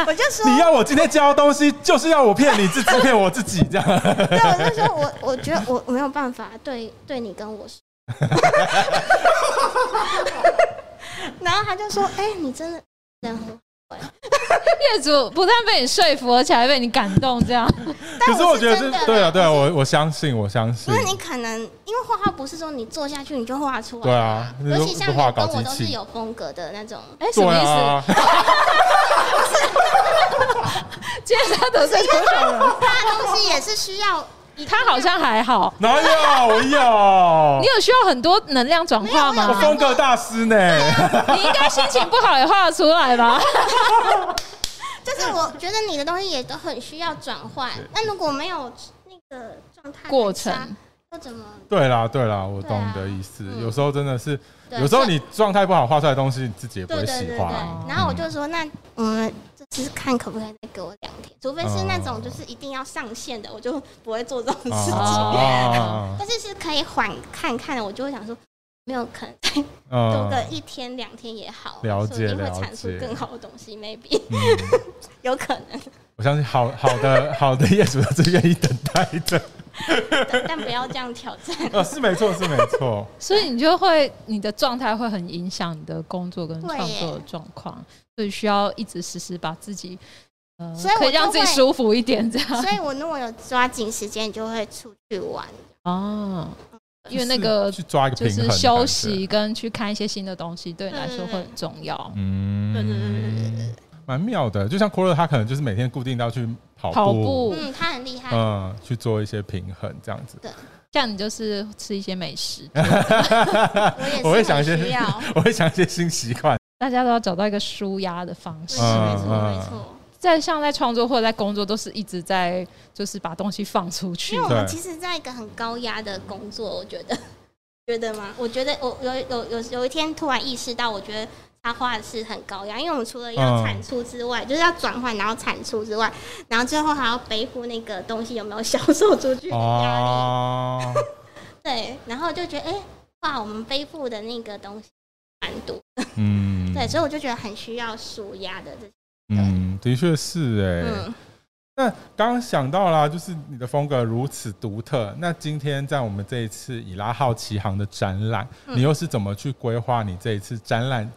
我就说，
你要我今天教东西，就是要我骗你自己，骗我自己这样。
对，我就说我我觉得我我没有办法对对你跟我说。 (laughs) 然后他就说：“哎、你真的人很好……
业主不但被你说服，而且还被你感动，这样。
可
(laughs) 但
是
我
觉得
真的
这对啊，对啊，我我相信，我相信
因。为你可能因为画画不是说你坐下去你就画出来，
对啊，那
尤
就
其像
就
你
画
跟
稿
我
机
都是
器，
有风格的那种，
哎、什
对
么意思？
啊，
今天他得罪多少人？
画东西也是需要一
他好像还好。
哪有我有
你，有需要很多能量转化
我 (laughs)
吗？
风格大师
(laughs)
呢。
你应该心情不好也画得出来吧？
(laughs) 就是我觉得你的东西也都很需要转换。那如果没有那个状态
过
很差
程，
又怎么
对啦，对啦，我懂你
对啊
的意思。
嗯
有时候真的是，
对
有时候
这
你状态不好，画出来的东西你自己也不
对
会嗯
对
喜
对
欢。
哦
对，然后我就说，那我们就是看可不可以再给我两天，除非是那种就是一定要上线的，我就不会做这种事情。
哦
啊
(laughs) 但是是可以缓看看的，我就会想说，没有可能再 (laughs) 多个
嗯，
一天两天也好，啊
了解
说不定会产出
了解
更好的东西，maybe (laughs)
嗯
有可
(laughs)
能，
我相信好好的好的业主都是愿意等待 (laughs) 的。
但但不要这样挑战。
呃，是没错，是没
(laughs)
错。
所以你就会你的状态会很影响你的工作跟
会
创
耶
作的状况，所以需要一直时时把自己呃，
所以我
可以让
就
自己
会
舒服一点，这样
所以我如果有抓紧时间，就会出去玩。
哦。因为那个
就是去 (laughs) 抓一个
就
平衡，
是休。息跟去看一些新的东西，对你来说会很重要。
嗯，
对对对对对
蛮妙的。就像 c o r 他可能就是每天固定到去跑步，
跑步，
嗯，他很厉害，
嗯，去做一些平衡这样子。 (laughs)
像你就是吃一些美食，
呃
我也是
我会想一些
很
(laughs)
需要。
我会想一些新习惯，
大家都要找到一个舒压的方
没
式。
错没
嗯
错没错。
在像在创作或者在工作，都是一直在就是把东西放出去
(laughs) 因为。我们
对
其实在一个很高压的工作，我觉得， (laughs) 觉得吗？我觉得我有有有有一天突然意识到，我觉得插画是很高压，因为我们除了要
嗯
产出之外，就是要转换，然后产出之外，然后最后还要背负那个东西有没有销售出去的压力。
哦，
对，然后就觉得，哎、哇，我们背负的那个东西蛮多，
嗯，
对，所以我就觉得很需要舒压的这些。
嗯，的确是哎、
嗯，
那刚刚想到啦，就是你的风格如此独特。那今天在我们这一次以拉号奇航的展览，
嗯
你又是怎么去规划你这一次展览，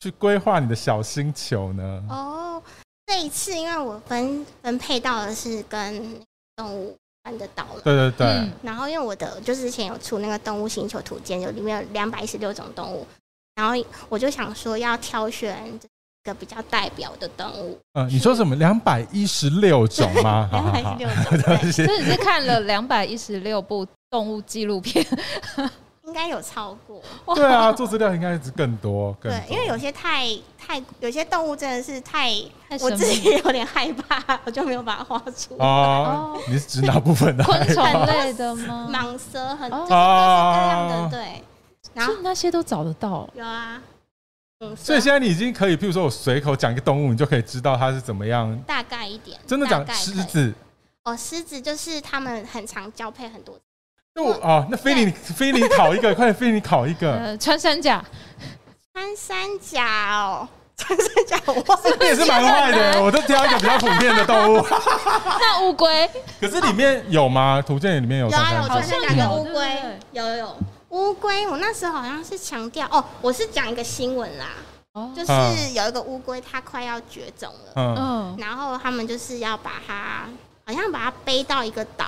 去规划你的小星球呢？
哦，这一次因为我分分配到的是跟动物班的导览。
对对对，
嗯，
然后因为我的就是之前有出那个《动物星球图鉴》，有里面有两百一十六种动物，然后我就想说要挑选这个比较代表的动
(laughs)
物，
嗯、你说什么？两百一十六种
(laughs)
吗？好
两
好
百一
好
十，六种，对，
是
所以你是看了两百一十六部动物纪录片，
应该有超过，
(laughs)
(laughs)
对啊，做资料应该是更多，更
对，因为有些太太有些动物真的是太，
太神
我
秘
自己有点害怕， (laughs) 我就没有把它画出。
哦
哦，
你是指哪部分
(laughs)
的？
(laughs) 昆
(laughs)
虫类的吗？
蟒蛇很
哦
就是各式各样
哦
的，对，啊然
所
后
以那些都找得到。
有啊，嗯，
所以
蛇
现在你已经可以，譬如说我随口讲一个动物，你就可以知道它是怎么样。
大概一点，
真的
大
讲
概
狮
可以
子，
哦，狮子就是它们很常交配很多
那我哦，那菲林菲嗯
呃
林考一个，快点菲林考一个。
呃，穿山甲，
穿山甲哦，
真是假话？
这也是蛮坏的，我都挑一个比较普遍的动
(laughs)
物。
那乌龟
可是里面有吗？图鉴里面有嗯
有啊，有
珊
好
出
珊
像
现
吗
两个
有
乌
对
龟
不对，
有有有乌龟。我那时候好像是强调哦，我是讲一个新闻啦，
哦
(laughs) 就
啊
是有一个乌龟它快要绝种了，
嗯，
嗯，
然后他们就是要把它，好像把它背到一个岛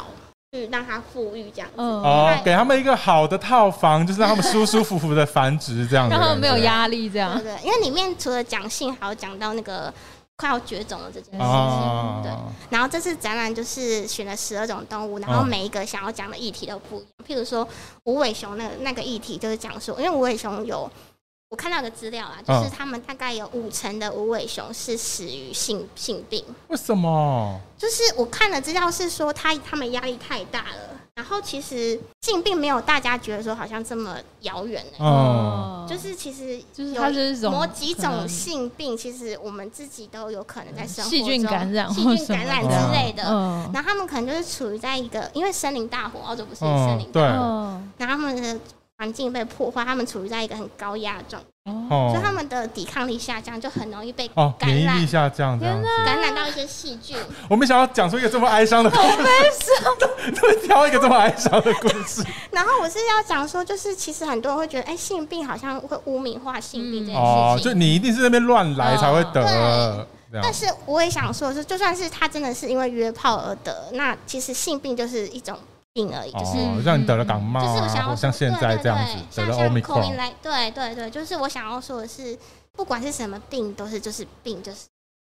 去让它富裕这样子。
嗯
哦，给他们一个好的套房，就是让他们舒舒服服的繁殖这样子，
让他们没有压力这
对
样。
对，因为里面除了讲性，还有讲到那个快要绝种的这件事情。
啊
嗯对，，然后这次展览就是选了十二种动物，然后每一个想要讲的议题都不一样。譬如说无尾熊那个那个议题就是讲说，因为无尾熊有我看到一个资料啊，
嗯
就是他们大概有五成的无尾熊是死于性性病。
为什么？
就是我看了资料是说他他们压力太大了，然后其实性病没有大家觉得说好像这么遥远呢。
嗯，
哦
就是其实
就是
有
它是一种
某几
可
种
能
性病，其实我们自己都有可能在生活
细菌
中
感染
细
或
菌
什么
感染
的
之类的。
嗯
然后他们可能就是处于在一个，因为森林大火，澳洲不是哦
嗯
森林大
对
火，
嗯
然后他们的环境被破坏，他们处于在一个很高压的状态，
哦，
哦
所以他们的抵抗力下降，就很容易被
哦，
感
免疫
染
力下降这样子。
感染到一些细菌。
我没想到讲出一个这么哀伤的故事， (laughs) 对，挑一个这么哀伤的故事。
然后我是要讲说，就是其实很多人会觉得，哎，性病好像会污名化性病这件
哦，
事
就
情。
你一定是那边乱来才会得
哦，
这样
但是我也想说的是，就算是他真的是因为约炮而得，那其实性病就是一种病而已，就是
哦，让你得了感冒
就是我
啊，
想要
或
说
像现在这样子得
对对
了
对
欧米
像像 COVID
克。
来，对对对，就是我想要说的是，不管是什么病，都是就是病，就是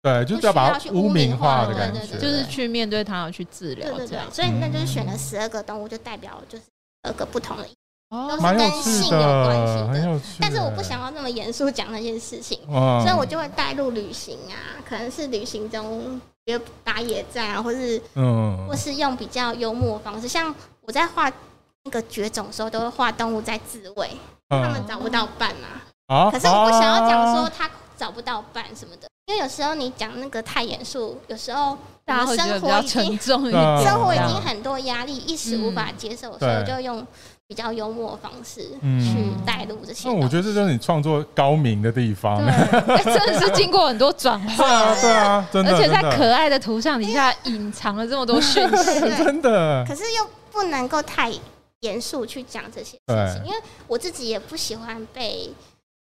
对，就是要把它污名化的感
哦对
觉，
对对
就是去面对它，去治
对
疗
对
这
对
样。。
所以那
嗯
就是选了十二个动物，就代表就是二个不同的。
哦
是
蛮有
跟
趣
性有关系
的，
的
很有趣。
但是我不想，要那么严肃讲那件事情，
嗯
所以我就会带入旅行啊，可能是旅行中比如打野战啊，或是
嗯
或是用比较幽默的方式，像我在画那个绝种的时候，都会画动物在自慰，
嗯
他们找不到伴嘛。
啊
可是我不想要讲说他找不到伴什么的，因为有时候你讲那个太严肃，有时候
大家
我
会
们
觉得
生
比
活
较
已经
沉重一点，
生活已
这
经
样
很多压力，一时无法接受，所以我就用比较幽默的方式去
嗯，
带入这些
那
东西。
我觉得这就是你创作高明的地方。
对，哎真的是经过很多转换，
(laughs) 对啊，对啊，真的，
而且在
真的
可爱的图像底下隐藏了这么多讯
(laughs)
息。
对对，
(laughs) 真的
可是又不能够太严肃去讲这些事情，因为我自己也不喜欢被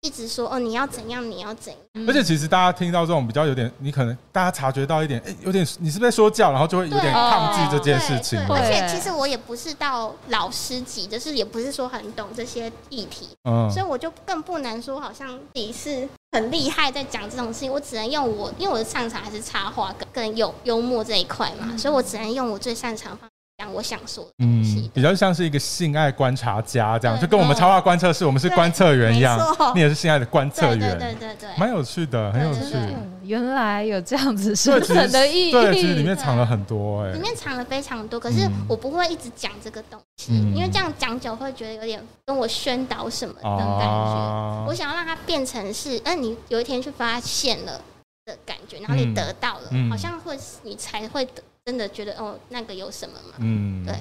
一直说哦你要怎样你要怎样，
嗯
而且其实大家听到这种比较有点，你可能大家察觉到一点，哎、有点你是被说教，然后就会有点抗拒这件事情。
哦
会
对而且其实我也不是到老师级，就是也不是说很懂这些议题，
嗯
所以我就更不能说好像自己是很厉害在讲这种事情，我只能用我，因为我的擅长还是插画跟更幽幽默这一块嘛，所以我只能用我最擅长的方式讲我想说的东西
嗯，。比较像是一个性爱观察家这样，
对
就跟我们插画观测室，我们是观测员一样
对没错，
你也是性爱的观测
对对对
员，
对对，
蛮有趣的，很有趣。
对对
嗯原来有这样子
对
深
其
层的意
实对，其实里
义。
面藏了很多哎、
里面藏了非常多，可是
嗯
我不会一直讲这个东西，
嗯
因为这样讲久会觉得有点跟我宣导什么的感觉。
啊
我，想要让它变成是，嗯、你有一天去发现了的感觉，然后
嗯
你得到了，
嗯
好像会你才会得真的觉得哦，那个有什么嘛？
嗯
对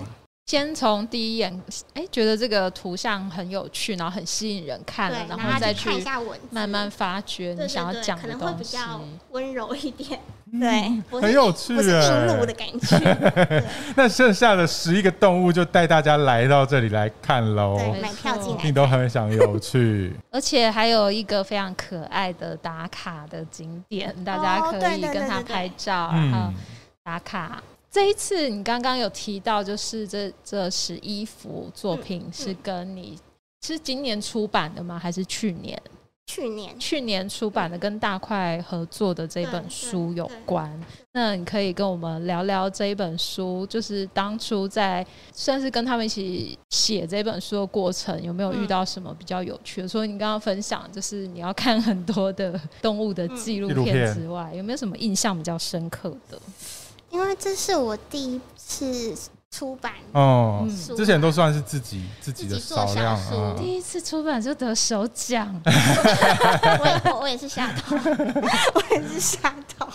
先从第一眼，哎，觉得这个图像很有趣，然后很吸引人看了，
对，
然
后他
再
去看一下文字，
慢慢发掘
对
你想
对
要
对
讲
可
的
能会
东
比
西。嗯
较温柔一点，对，不是
很有趣
不是
哎
硬路的感
(laughs)
觉，对
那剩下的十一个动物就带大家来到这里来看喽，
对，
没
买票进
你
来。
都很想有
(laughs)
趣。
而且还有一个非常可爱的打卡的景点，大家可
对
以
对对
跟它
哦对对
拍照，然后
嗯，
打卡。这一次你刚刚有提到，就是这这十一幅作
嗯
品是跟你、是今年出版的吗？还是去年？
去年
去年出版的跟大块合作的这本书有关。那你可以跟我们聊聊这一本书，就是当初在算是跟他们一起写这本书的过程，有没有
嗯
遇到什么比较有趣的？除了你刚刚分享，就是你要看很多的动物
嗯
的纪录
纪录片
片之外，有没有什么印象比较深刻的？
因为这是我第一次出版
哦，
嗯
书，
之前都算是自己自己的少量
啊自己做小
啊
数。
第一次出版就得首奖，
我也我我也是吓
(laughs)
到， (laughs) 我也是吓到。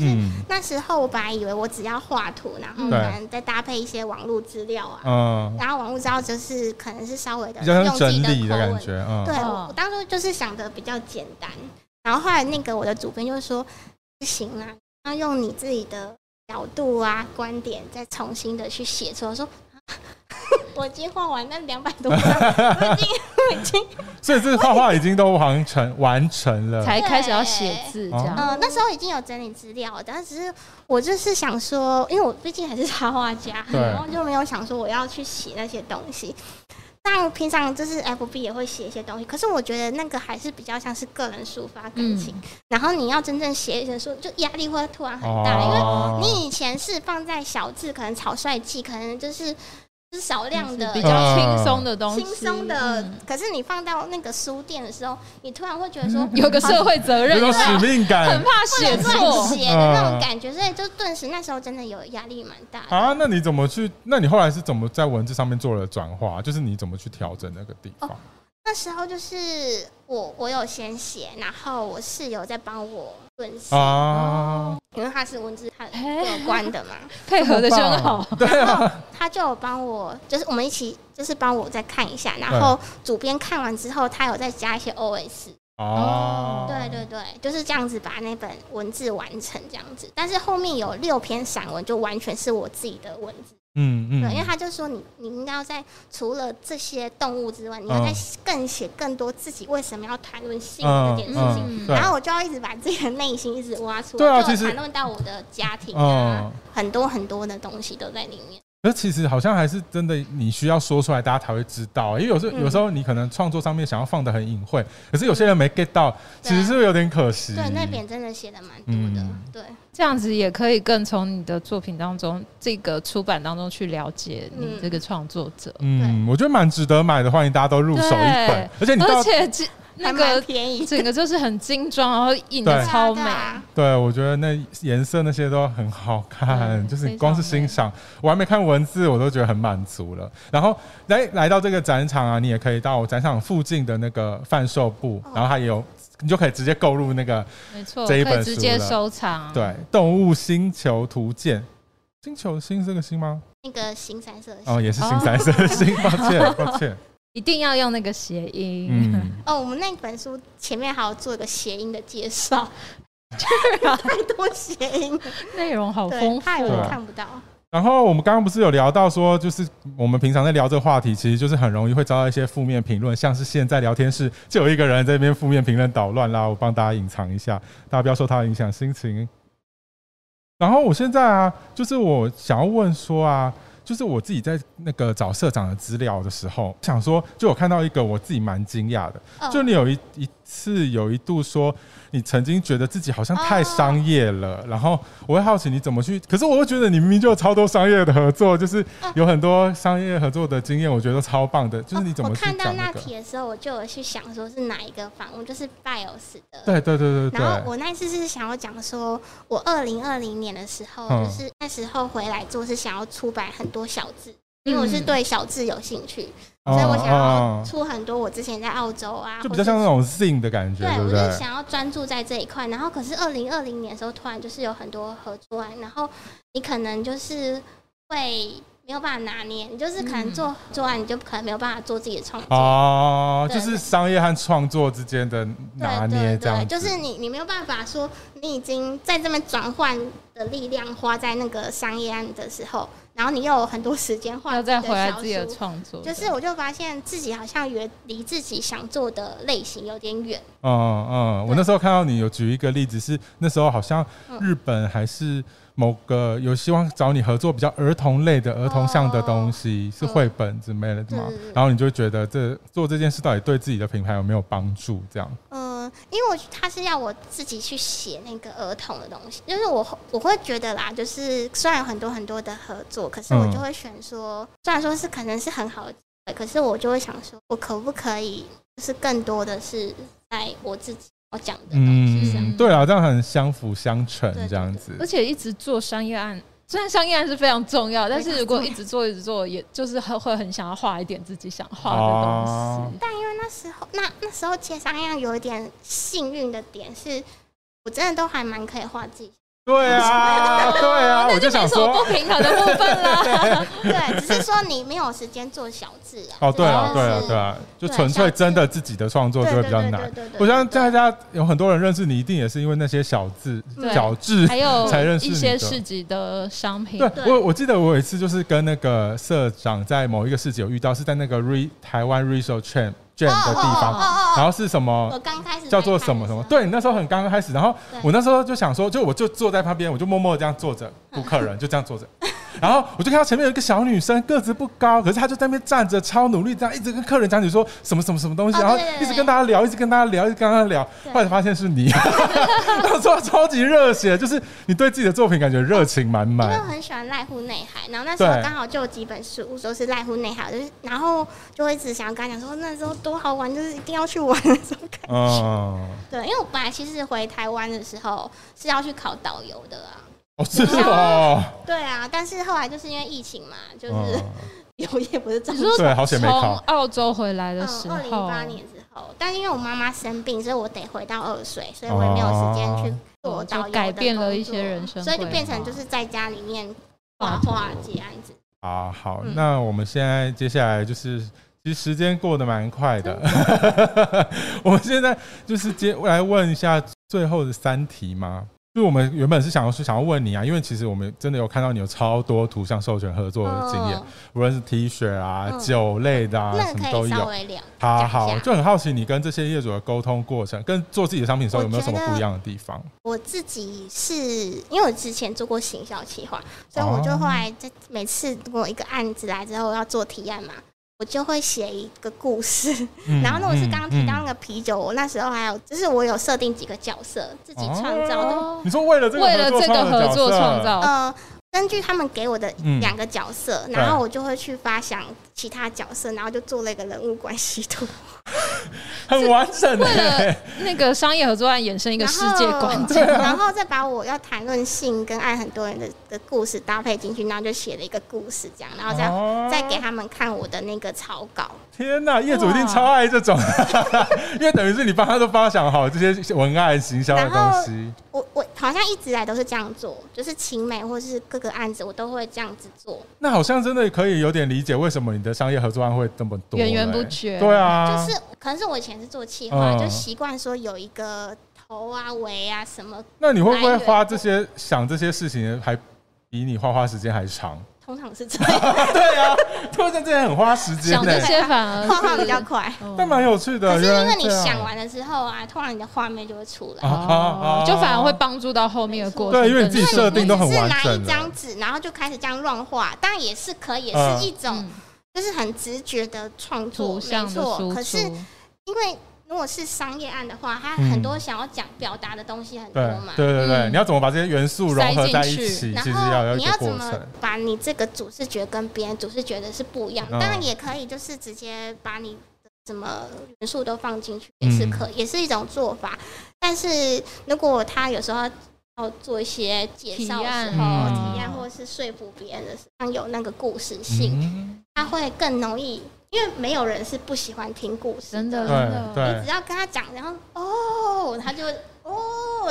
嗯
那时候我本来以为我只要画图，然后
对
可能再搭配一些网络资料啊， (laughs)
嗯，
然后网络资料就是可能是稍微的
比较
用
像
自己
整理
口
的感
吻。
觉，嗯
对，
嗯
我我当初就是想的比较简单，然后后来那个我的主编就说：“不行啦，要用你自己的角度啊、观点，再重新的去写出。”我说：“啊 (laughs) 我已经画完那两百多张，我已经我已经
所以这画画已经都完成完成了。
才开始要写字这样。
呃，那时候已经有整理资料，但只是我就是想说，因为我毕竟还是插画家，
对
然后就没有想说我要去写那些东西。但平常就是 FB 也会写一些东西，可是我觉得那个还是比较像是个人抒发
嗯
感情。然后你要真正写一些书，就压力会突然很大，因为
哦
你以前是放在小字，可能草率记，可能就是就是少量的
嗯比较轻松的东西，
轻松的。
嗯
可是你放到那个书店的时候，你突然会觉得说
嗯有个社会责任
有，种使命
很
感
怕
不
写
能乱
错。
(laughs) 写
嗯
的那种感觉，所以就顿时那时候真的有压力蛮大的。
啊！那你怎么去？那你后来是怎么在文字上面做了转化？就是你怎么去调整那个地方？
那时候就是我我有先写，然后我室友在帮我润色，
啊，
因为他是文字他
哎
有关的嘛，
配合的真好，
对啊，
他就有帮我，就是我们一起就是帮我再看一下，然
嗯
后主编看完之后，他有再加一些 OS。
哦，
对对对，就是这样子把那本文字完成这样子。但是后面有六篇散文，就完全是我自己的文字。
嗯嗯，
对，因为他就说你你应该要在除了这些动物之外，你要再
嗯
更写更多自己为什么要谈论性这件事情。
嗯嗯对
然后我就要一直把自己的内心一直挖出来，
对啊
就
其实
谈论到我的家庭啊
嗯，，
很多很多的东西都在里面。
可是其实好像还是真的，你需要说出来，大家才会知道。因为有时候、
嗯
有时候你可能创作上面想要放的很隐晦，可是有些人没 get 到，其实是有点可惜。
对，那边真的写的蛮多的。
嗯
对，
这样子也可以更从你的作品当中、这个出版当中去了解你这个创作者。
嗯，我觉得蛮值得买的，欢迎大家都入手一本
对。
而
嗯
且你到
而且这那
还蛮
个
便宜，
整个就是很精装，然后
对
印的
对啊
超美
对。啊
对我觉得那颜色那些都很好看，
嗯
就是你光是欣赏，我还没看文字，我都觉得很满足了。然后来来到这个展场啊，你也可以到展场附近的那个贩售部，然后它也有，你就可以直接购入那个
没错，
这一本
可以直接
书了
收藏。
对，《动物星球图鉴》，星球星是个星吗？
那个新三色系
哦，也是星三色 (laughs) 的星，抱歉抱 (laughs) 歉。
一定要用那个谐音，
嗯，
哦，我们那本书前面还有做一个谐音的介
(laughs)
绍，太多谐音了，
(laughs) 内容好丰
对，
富
怕有人
对
哦。
看不到。
然后我们刚刚不是有聊到说，就是我们平常在聊这个话题，其实就是很容易会遭到一些负面评论，像是现在聊天室就有一个人在那边负面评论捣乱啦，我帮大家隐藏一下，大家不要受他的影响心情。然后我现在啊，就是我想要问说啊，就是我自己在那个找社长的资料的时候，想说就有看到一个我自己蛮惊讶的，
哦
就你有一一次有一度说，你曾经觉得自己好像太商业了，
哦
然后我会好奇你怎么去，可是我又觉得你明明就有超多商业的合作，就是
哦
有很多商业合作的经验，我觉得超棒的，就是你怎
哦
么
我
去
看到
讲
那
个？
题的时候，我就有去想说是哪一个访问，就是 BIOS 的。
对对对对对
然后我那一次是想要讲说，我二零二零年的时候，
嗯
就是那时候回来做是想要出版很多小字，
嗯
因为我是对小字有兴趣，
哦，
所以我想要
哦
出很多我之前在澳洲啊，
就比较
或是
像那种 zing 的感觉，
对，
不
我就
对？
是想要专注在这一块。然后，可是二零二零年的时候，突然就是有很多合作案，然后你可能就是会没有办法拿捏，你就是可能做合作案，你就可能没有办法做自己的创作。
哦，就
对
是商业和创作之间的拿
对
捏
对
这样子，
对，就是你你没有办法说你已经在这边转换的力量花在那个商业案的时候，然后你又有很多时间画
要
自己
再
的
回来
小
自己的
说
创作，
就是我就发现自己好像远离自己想做的类型有点远。
嗯嗯，我
对
那时候看到你有举一个例子，是那时候好像日本还是某个有希望找你合作比较儿童类的儿童向的东西，是绘本之类的嘛
对对对？
然后你就觉得这做这件事到底对自己的品牌有没有帮助？这样
嗯，因为我他是要我自己去写那个儿童的东西，就是我我会觉得啦，就是虽然有很多很多的合作，可是我
嗯
就会选说，虽然说是可能是很好的机会，可是我就会想说，我可不可以就是更多的是在我自己我讲的东西上，
嗯，对啊，这样很相辅相成
对对
这样子。
而且一直做商业案。虽然商业案是非常重要，但是如果一直做一直做，也就是很会很想要画一点自己想画的
哦
东西。
但
嗯
因为那时候那那时候接商样有一点幸运的点是，我真的都还蛮可以画自己
对啊，对啊，我
那
就
就
想
没什么
说，
不平衡的部分啦。
(laughs)
对，只是说你没有时间做小字啊。
哦，对啊，
就
对
是
啊，对啊，就
对
纯粹
像
真的自己的创作就会比较难
对。对对对对对
我相信
对
大家有很多人认识你，一定也是因为那些小字、
对
小字
还有
才认识
一
你
些
的。
市集的商品，
对
对
我，我记得我有一次就是跟那个社长在某一个市集有遇到，是在那个 re 台湾 research chain 卷的地
哦
方，
哦哦
然后是什
我
么
刚开始
叫做什么什么？对，你那时候很刚开始，然后
对
我那时候就想说，就我就坐在旁边，我就默默的这样坐着，顾客人就这样坐着。然后我就看到前面有一个小女生，个子不高，可是她就在那边站着，超努力，这样一直跟客人讲解说什么什么什么东西，
哦
然后
对对对
一直跟大家聊，一直跟大家聊，一直跟大家聊。
对
后来发现是你，那时候超级热血，就是你对自己的作品感觉热情满
因为
满
我。很喜欢濑户内海，然后那时候
对
刚好就有几本书都是濑户内海，就是然后就会一直想要跟他讲说那时候多好玩，就是一定要去玩那种感觉。
嗯，
对，因为我本来其实回台湾的时候是要去考导游的啊，
哦是哦，
对啊，但是后来就是因为疫情嘛，就是
嗯，
(laughs) 游业不是这
你
么。
说
对好险没
从
考
澳洲回来的
嗯
时，
二零
候
一，八年之后，但因为我妈妈生病，所以我得回到二岁，所以我也没有时间去做
哦
导游的
就改变了一
工作
些人生
所以就
规
变成
划
就是在家里面
画
画
图
画这样子。
啊好，
嗯
那我们现在接下来就是，其实时间过得蛮快的，
嗯
(laughs) 我们现在就是接来问一下最后的三题吗？就我们原本是想要是想要问你啊，因为其实我们真的有看到你有超多图像授权合作的经验，
嗯
无论是 T 恤啊、
嗯
酒类的啊，
那
什么
可
都
以稍
有。
微聊。
好
讲一
好，
下
就很好奇你跟这些业主的沟通过程，跟做自己的商品的时候有没有什么不一样的地方？
我自己是因为我之前做过行销企划，所以我就
哦
后来在每次如果一个案子来之后要做提案嘛，我就会写一个故事。
嗯
然后呢，我是刚刚提到那
嗯
个啤酒，我那时候还有就是我有设定几个角色，自己创造的。
哦
嗯你说为了这个
为了这个合作创
角色，
造，
呃，根据他们给我的
嗯
两个角色，然后我就会去发想其他角色，然后就做了一个人物关系图。
很完整
为了
(laughs) 欸。
那个商业合作案衍生一个世界
(laughs)
哦
观，
然后然后再把我要谈论性跟爱很多人的的故事搭配进去，然后就写了一个故事这样，然后再、
哦
再给他们看我的那个草稿。
天呐，业主一定超爱这种， (laughs) 因为等于是你帮他都发想好这些文案行销的东西。
我我好像一直以来都是这样做，就是情美或是各个案子我都会这样子做，
那好像真的可以有点理解为什么你的商业合作案会这么多，
源源
欸
不绝
对啊，
就是可能是我以前是做企划，
嗯
就习惯说有一个头啊、尾啊什么，
那你会不会
来源
花这些想这些事情还比你花花时间还长？ (laughs)
通常
(laughs)
是这样，
对啊，突然之间很花时间
想
呢、欸，
这些反而
(laughs)
是
画画比较快。
嗯
但蛮有趣的。
可是因为
啊原来
你
这样啊
想完了之后啊，突然你的画面就会出来。
哦就反而会帮助到后面的过程。
对因为你自己
更
设定都很
是
完
拿
整啊
一
了
张纸，然后就开始这样乱画，当然也是可以，也
嗯
是一种
嗯
就是很直觉的创作，
图
没
像的
错。
输
可是
出，
因为如果是商业案的话，它
嗯
很多想要讲表达的东西很多
对
嘛。
对对对，
嗯
你要怎么把这些元素融合在一
塞
起？
进
其
然
实要
后
有
你
一个
要怎
过
么
程。
把你这个主视觉跟别人主视觉的是不一样？
嗯
当然也可以，就是直接把你的什么元素都放进去，也
嗯
是可，也是一种做法。但是如果他有时候要做一些介绍
提
的
案
时候，
嗯
提案或是说服别人的时候，有那个故事性，
嗯，
他会更容易，因为没有人是不喜欢听故事
真的
对
真的
嗯对
你只，要跟他讲，然后哦，他就哦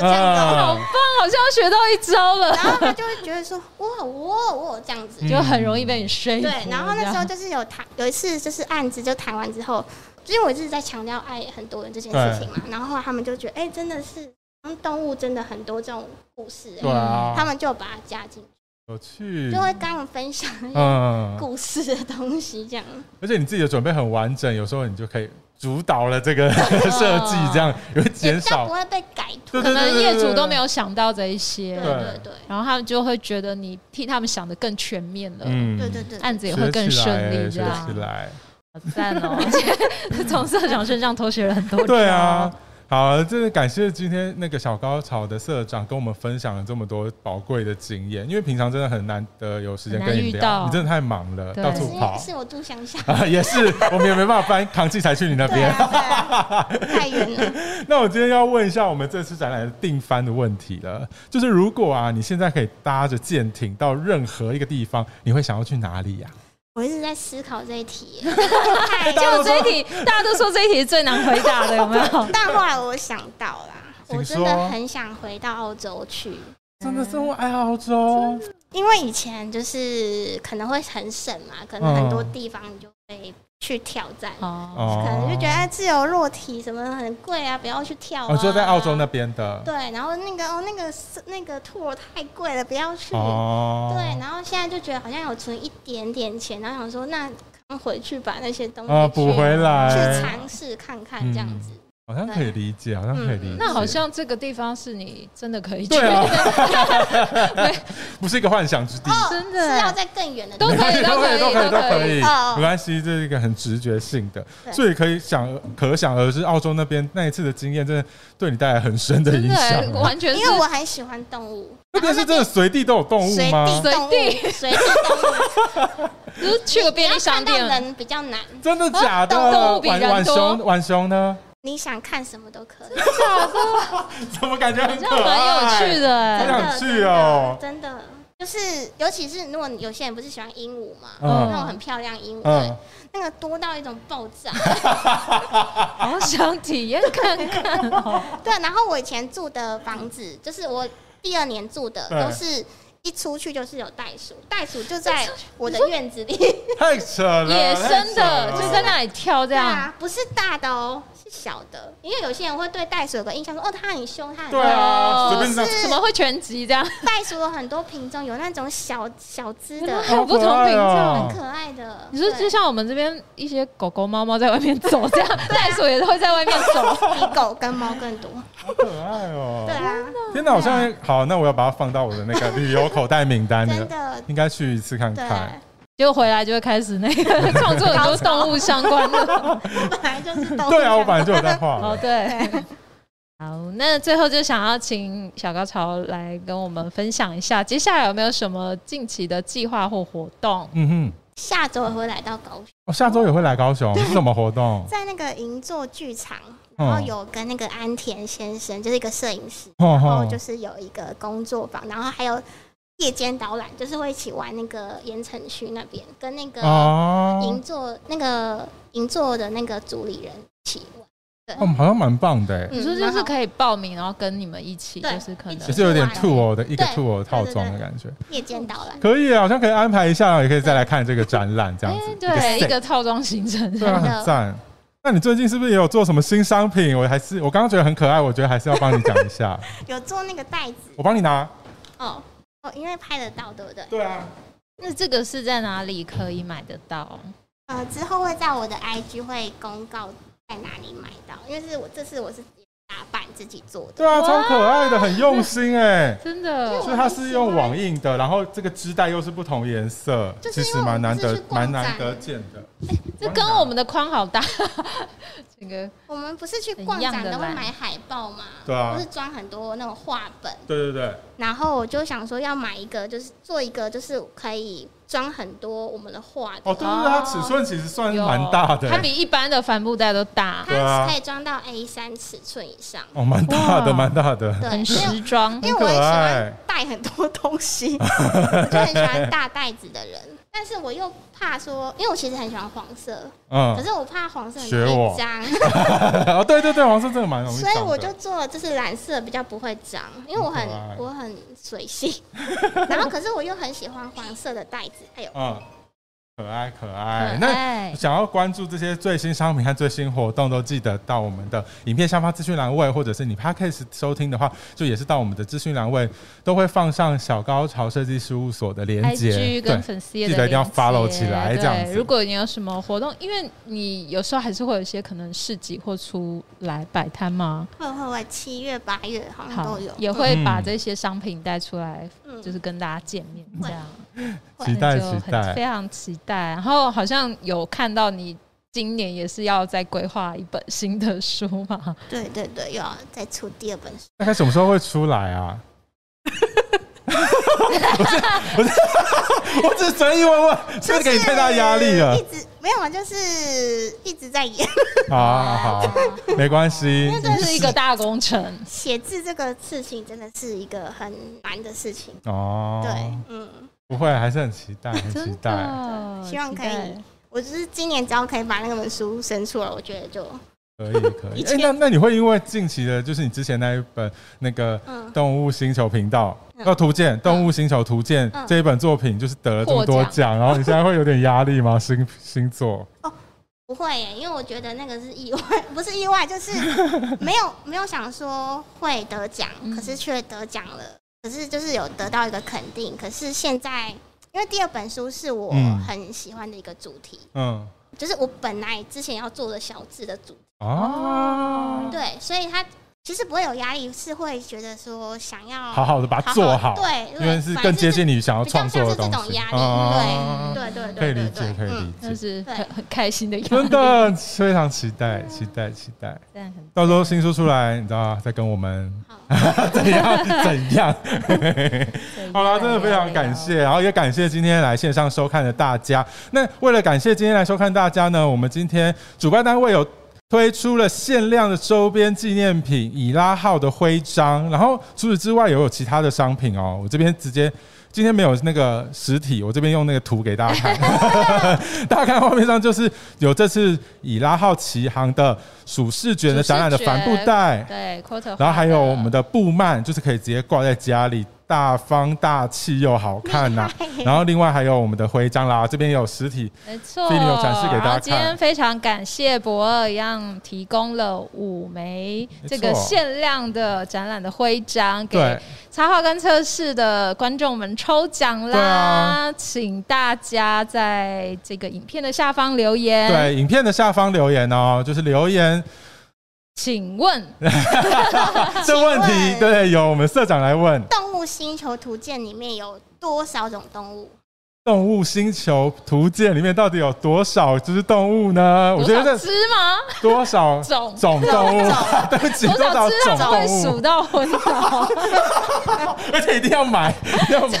嗯
这样子哦。
好棒，好像学到一招了，
然后他就会觉得说哇哇哇这样子，
嗯
就很容易被你说服。
对。然后那时
这
候
样
就是有谈有一次就是案子就谈完之后，因为我一直在强调爱很多人这件事情嘛，然后后来他们就觉得哎、真的是，好像动物真的很多这种故事、
对
哎，他
啊，
们就把它加进去，
有趣
就。会跟他们分享一些
嗯，
故事的东西这样。
而且你自己的准备很完整，有时候你就可以主导了
(laughs)
这个设计，这样也会 (laughs)
也
减
比较
少
不。会被改图，
对
可
对
能业主都没有想到这一些
对，
对
对对
然后他们就会觉得你替他们想的更全面了，
嗯
对对对，
案子也会
学
更
起
顺
来，
利，
学
这样
起
啊
来。
好赞哦！ (laughs) 从社长身上偷学了很多。哦
对啊，，好，真的感谢今天那个小高潮的社长跟我们分享了这么多宝贵的经验，因为平常真的很难得有时间
很
跟
难
你
遇
聊，
到
你真的太忙了，
对
到
是
处
因
跑
为是我住乡下，
啊， (laughs) 也是我们也没办法搬扛器材去你那
对
边。
啊，对啊太远了。
那我今天要问一下我们这次展览的定番的问题了，就是如果啊你现在可以搭着舰艇到任何一个地方，你会想要去哪里呀、
我一直在思考这一题
(laughs)
耶，
就这一题，大家都说这一题是最难回
(laughs)
答的，有没有？
但后来我想到啦，
请
我真
说
的很想回到澳洲去，
真的生活爱澳洲，
因为以前就是可能会很省嘛，可能很多地方你就会去挑战，
哦，
哦
可能就觉得哎自由落体什么很贵啊，不要去跳、啊。
我说哦在澳洲那边的
对，然后那个哦，那个是那个 tour 太贵了，不要去。
哦，
对，然后现在就觉得好像有存一点点钱，然后想说那刚回去把那些东西
啊，补
去
回
去
来，嗯
尝试看看这样子。
好像可以理解，好像可以理解。
嗯那好像这个地方是你真的可以去
对，啊，
(laughs)
不是一个幻想之地，
真
哦是要
的
在更远的
哦都
地方
(laughs)
可以
都可以，
都
都
可
可以，
以都
都
可
可
以
以
哦，
没关系，这是一个很直觉性的，
对
所以可以想，可想而知，澳洲那边那一次的经验，真的对你带来很深的
(laughs) 真
影
的
响
欸。完全
因
是
为我很喜欢动物，
(laughs) 那边是真的随地都有动物
随
吗
地？动物
随地，
随地动物，
就是去个便利
要
商
看到
店，
人比较难。
真的假的？
啊动物比
浣
人
浣
多
熊，浣熊
(laughs)
呢？
你想看什么都可以，
怎么感觉很
这
可
样蛮有
爱？
趣的
(laughs) 好
欸。
想去哦
真的，真的就是尤其是如果有些人不是喜欢鹦鹉嘛，
嗯
那种很漂亮鹦鹉，
嗯，
那个多到一种爆炸。 (laughs)
好想体验看看哦。
对，然后我以前住的房子，就是我第二年住的，
对
都是一出去就是有袋鼠，袋鼠
(laughs)
就在我的院子里。
太扯了，
(laughs) 野生
太
的，
扯了
就在那里跳这
对
样。
啊，不是大的哦，是小的，因为有些人会对袋鼠有个印象说，哦，它很凶，它很
对
凶。
啊，随便
是
上。
怎么会全集这样？
袋鼠有很多品种，有那种小小只
原来
的，
还有不同
好可爱
品种
哦。
很可爱的。
你说
对
就
(laughs)
像我们这边一些狗狗、猫猫在外面走这样，袋鼠也会在外面走。
(laughs) 比狗跟猫更多。
好可爱哦、
(laughs) 对啊，
天哪，好像好，那我要把它放到我的那个旅游口袋名单
真
了，
的，
应该去一次看
对，
看。
结果回来就会开始那个创作很多动物相关的。
本来就是动物。
(laughs) 对啊，我本来就有在画
哦，
了。
对。好，那最后就想要请小高潮来跟我们分享一下，接下来有没有什么近期的计划或活动？
嗯哼，
下周我会来到高雄，
我、下周也会来高雄，是什么活动？
在那个银座剧场，
嗯
然后哦有跟那个安田先生，就是一个摄影师，
哦
然后
哦
就，是有一个工作坊，然后还有夜间导览，就是会一起玩那个盐城区那边跟那个银
哦，
座那个银座的那个主理人一起玩。对，
哦，好像蛮棒的欸，
嗯
你说就
蛮
是
好
可以报名，然后跟你们一起，
对
就是可
一
能
起
也是有点
对
t o o 的一个
对
t o o 套
对对
装的感觉，
夜间导览，
可以啊，好像可以安排一下，然后也可以再来看这个展览这样子
哎，
一个
对，一
set
个套装行程。
对啊，
真的
很赞。那你最近是不是也有做什么新商品？我还是我刚刚觉得很可爱，我觉得还是要帮你讲一下，
有做那个袋子
我帮你拿。
哦哦，因为拍得到，对不对？
对啊，
那这个是在哪里可以买得到？
呃，之后会在我的 IG 会公告在哪里买到，因为是我这次我是自己打版自己做的，
对啊，超可爱的，很用心哎。
真
因
的
为
所以它是用网印的，然后这个织带又是不同颜色，
就
其
是因为
实蛮难
我们
得
是哎去，逛
蛮难
展
得见的。
这跟我们的框好 (laughs) 大，这个
我们不是去逛展都会买海报嘛，
对啊
不是装很多那种画本，
对对对，
然后我就想说要买一个，就是做一个，就是可以装很多我们的画的，
哦，对对对，它尺寸其实算是蛮大的欸
它，比一般的帆布袋都大，
对啊
哦它可以装到 A 三尺寸以上，
哦，蛮大的，
哇
蛮大的，
对，
很
因为
时装。
因为我很喜
很可爱
欢带很多
(laughs)
东西，我就很喜欢大袋子的人，但是我又怕说，因为我其实很喜欢黄色，可
嗯，
是我怕黄色很
学
容
我
易脏，
(laughs) 哦，对对对，黄色这个蛮容易
所
长的，
以我就做了就是蓝色比较不会脏，因为我很
很可爱
我很
(laughs)
随性，然后可是我又很喜欢黄色的袋子，还有
嗯，可爱可爱。
可
哎那
爱，
想要关注这些最新商品和最新活动，都记得到我们的影片下方资讯栏位，或者是你 podcast 收听的话，就也是到我们的资讯栏位，都会放上小高潮设计事务所的连接。
IG
对
跟。粉丝页
记
的
得一定要
连接
follow 起来
对
这样子
如果你有什么活动，因为你有时候还是会有一些可能市集或出来摆摊嘛，
会会会七月八月好像
好
都有，
也会把
嗯
这些商品带出来，
嗯
就是跟大家见面这样。
会
期待
就
期
很
待
非，常期待。然后好像有看到你今年也是要再规划一本新的书嘛？
对对对，又要再出第二本书，
大概什么时候会出来啊？不是，不是，我只是随意问问，是不是给你太大压力了
一？直没有，就是一直在演
好好好，没关系，
这是一个大工程，
写字这个事情，真的是一个很难的事情。
哦，
对，，嗯，
不会，还是很期待，很期
真
待。
的，
希望可
期待
以。我就是今年只要可以把那本书生出来，我觉得就
可以可以。
以
哎、
前
那那你会因为近期的，就是你之前那一本那个
嗯
《动物星球》频道
嗯
呃图鉴》《动物星球图鉴》
嗯
这一本作品，就是得了这么多
获奖
奖，
(laughs)
然后你现在会有点压力吗？星星座
不会耶，因为我觉得那个是意外， (laughs) 不是意外，就是
(laughs)
没有没有想说会得奖，
嗯
可是却得奖了，可是就是有得到一个肯定。可是现在，因为第二本书是我
嗯
很喜欢的一个主题，
嗯
就是我本来之前要做的小字的主
啊，
对，所以他其实不会有压力，是会觉得说想要
好好的把它做好，
对，
因为是更接近你想要
比较
创作
像
的
是
东
这种
西
压。
啊
力，对对对
可以
对
理
对
解，
对，
可以理
嗯
但
解，
是
对
很很开心的样子，
真的非常期待，期待，期待。
这样很
到时候新书出来，你知道，再跟我们
好
(laughs) 怎样怎样。好啦，真的非常感。谢，然后也感谢今天来线上收看的大家。那为了感谢今天来收看大家呢，我们今天主办单位有。推出了限量的周边纪念品以拉号的徽章，然后除此之外也有其他的商品哦。我这边直接今天没有那个实体，我这边用那个图给大家看。大家看画面上就是有这次以拉号旗航的属视觉的展览的帆布袋，
对，quarter，
然后还有我们
的
的布幔，就是可以直接挂在家里，大方大气又好看呐、然后另外还有我们的徽章啦，这边也有实体，
没错，
所以你有展示给大家看
然后今天非常感谢博二一样提供了五枚
没错
这个限量的展览的徽章给
对，
插画跟测试的观众们抽奖
对
啦、
啊
请大家在这个影片的下方留言。，
对，影片的下方留言哦，就是留言
请问
哎这问题，
问
对，由我们社长来问。
动物星球图鉴里面有多少种动物？
动物星球图鉴里面到底有多少只动物呢？我
多
觉
少
得
只吗？
多少
种
种动物？ (laughs) 对不起，
多
多
少
少
只
种
他们会
动
数
物？
到昏倒？
(laughs) 而且一定要买，一定要买。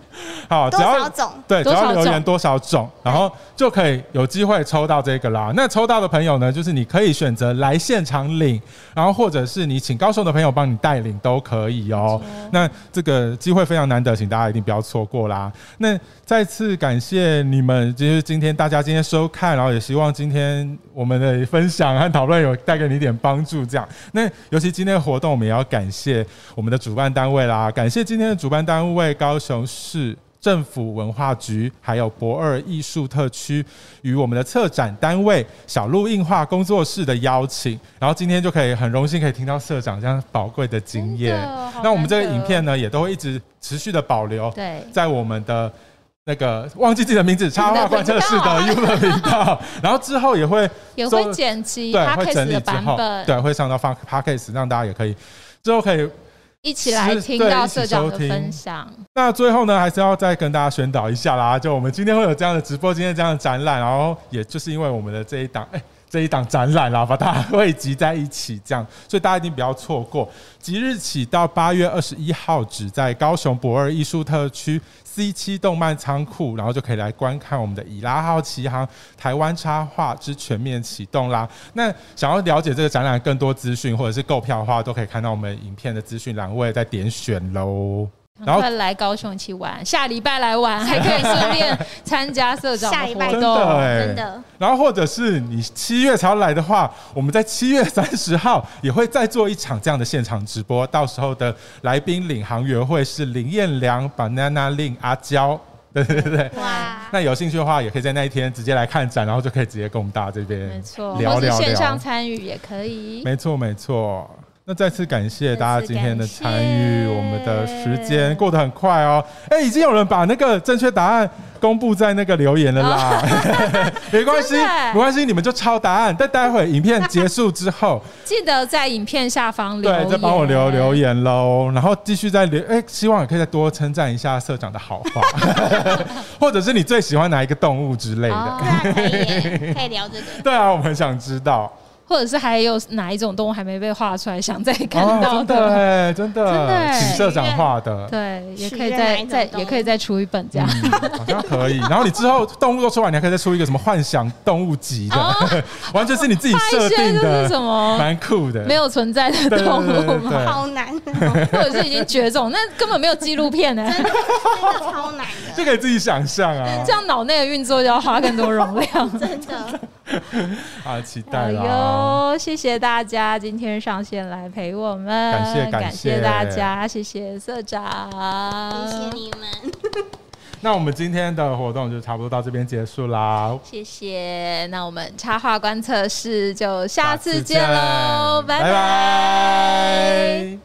(laughs) 好，啊
多
只要
少种？
对，只
多少
要留言
种
多少种，然后就可以有机会抽到这个啦。那抽到的朋友呢，就是你可以选择来现场领，然后或者是你请高手的朋友帮你带领都可以哦。那这个机会非常难得，请大家一定不要错过啦。那再次感谢你们，就是今天大家今天收看，然后也希望今天我们的分享和讨论有带给你一点帮助。这样，那尤其今天的活动，我们也要感谢我们的主办单位啦，感谢今天的主办单位高雄市。政府文化局，还有博二艺术特区与我们的策展单位小鹿映画工作室的邀请，然后今天就可以很荣幸可以听到社长这样宝贵的经验
真的好。
那我们这个
难得
影片呢，也都会一直持续的保留，
对，
在我们的那个忘记自己的名字插画观测室的 YouTube 频道，然后之后也会
也
做
会剪辑
对会
podcast
整理
的
之
版 (laughs)
后，
本，
对会上到 Fun Podcast，让大家也可以之后可以
一起来
是
听
对
到
一起
社长
收
的
听
分享。
那最后呢，还是要再跟大家宣导一下啦，就我们今天会有这样的直播，今天这样的展览，然后也就是因为我们的这一档，哎、这一档展览啦，把它汇集在一起，这样，所以大家一定不要错过。即日起到八月二十一号止，在高雄博二艺术特区 C 七动漫仓库，然后就可以来观看我们的以拉号奇航台湾插画之全面启动啦。那想要了解这个展览更多资讯或者是购票的话，都可以看到我们影片的资讯栏位再点选喽。然后
快来高雄一起玩，下礼拜
(laughs)
来玩，还可以顺便参加社长
下
的
礼拜
活
真的
动。
哎、
哦真的
然后或者是你七月才要来的话，我们在七月三十号也会再做一场这样的现场直播，到时候的来宾领航员会是林彦良、banana 令阿娇。对对对， (laughs)
哇！
那有兴趣的话，也可以在那一天直接来看展，然后就可以直接跟我们大家这边
没错，
聊
或是
聊
线上
聊。
参与也可以。
没错没错。那再次感谢大家今天的参
再
与，
次感谢
我们的时间过得很快哦。哎，已经有人把那个正确答案公布在那个留言了
(laughs)
啦，没关系
真的耶，
没关系，你们就抄答案。但待会影片结束之
(laughs)
后，
记得在影片下方留
对，
言，
再帮我留留。言喽，然后继续再留。哎，希望也可以再多称赞一下社长的好
(laughs)
话，或者是你最喜欢哪一个动物之类的
哦。
对啊，可以耶可以
(laughs)
聊这个。
对啊，我们很想知道。
或者是还有哪一种动物还没被画出来，想再看到
哦，真的
的，
哎，真
真的
的，
哎
请社长画的。
对，也
许
可以
愿哪
再
一种
再
动物
也可以再出一本这样。
嗯，好像可以。然后你之后动物都出完，你还可以再出一个什么幻想动物集的， (laughs) 完全是你自己
画
设
哦一些
定
就是什
的，
么
蛮酷的。
没有存在的
对对
动
对
物
对
吗？
对，
好难哦，
或者是已经绝种，那根本没有纪录片
(laughs)
呢、
真的超难
就
(laughs)
的，
可以自己想象啊 (laughs)
这。样脑内的运作就要花更多容量。
真的。
啊，期待
哎
啦！
呦，谢谢大家今天上线来陪我们，
感谢感
感
谢
大家，谢谢社长，
(laughs) 谢谢你们，
那我们今天的活动就差不多到这边结束啦，
谢谢。那我们插画观测室就下次
次
见喽，
拜
拜
拜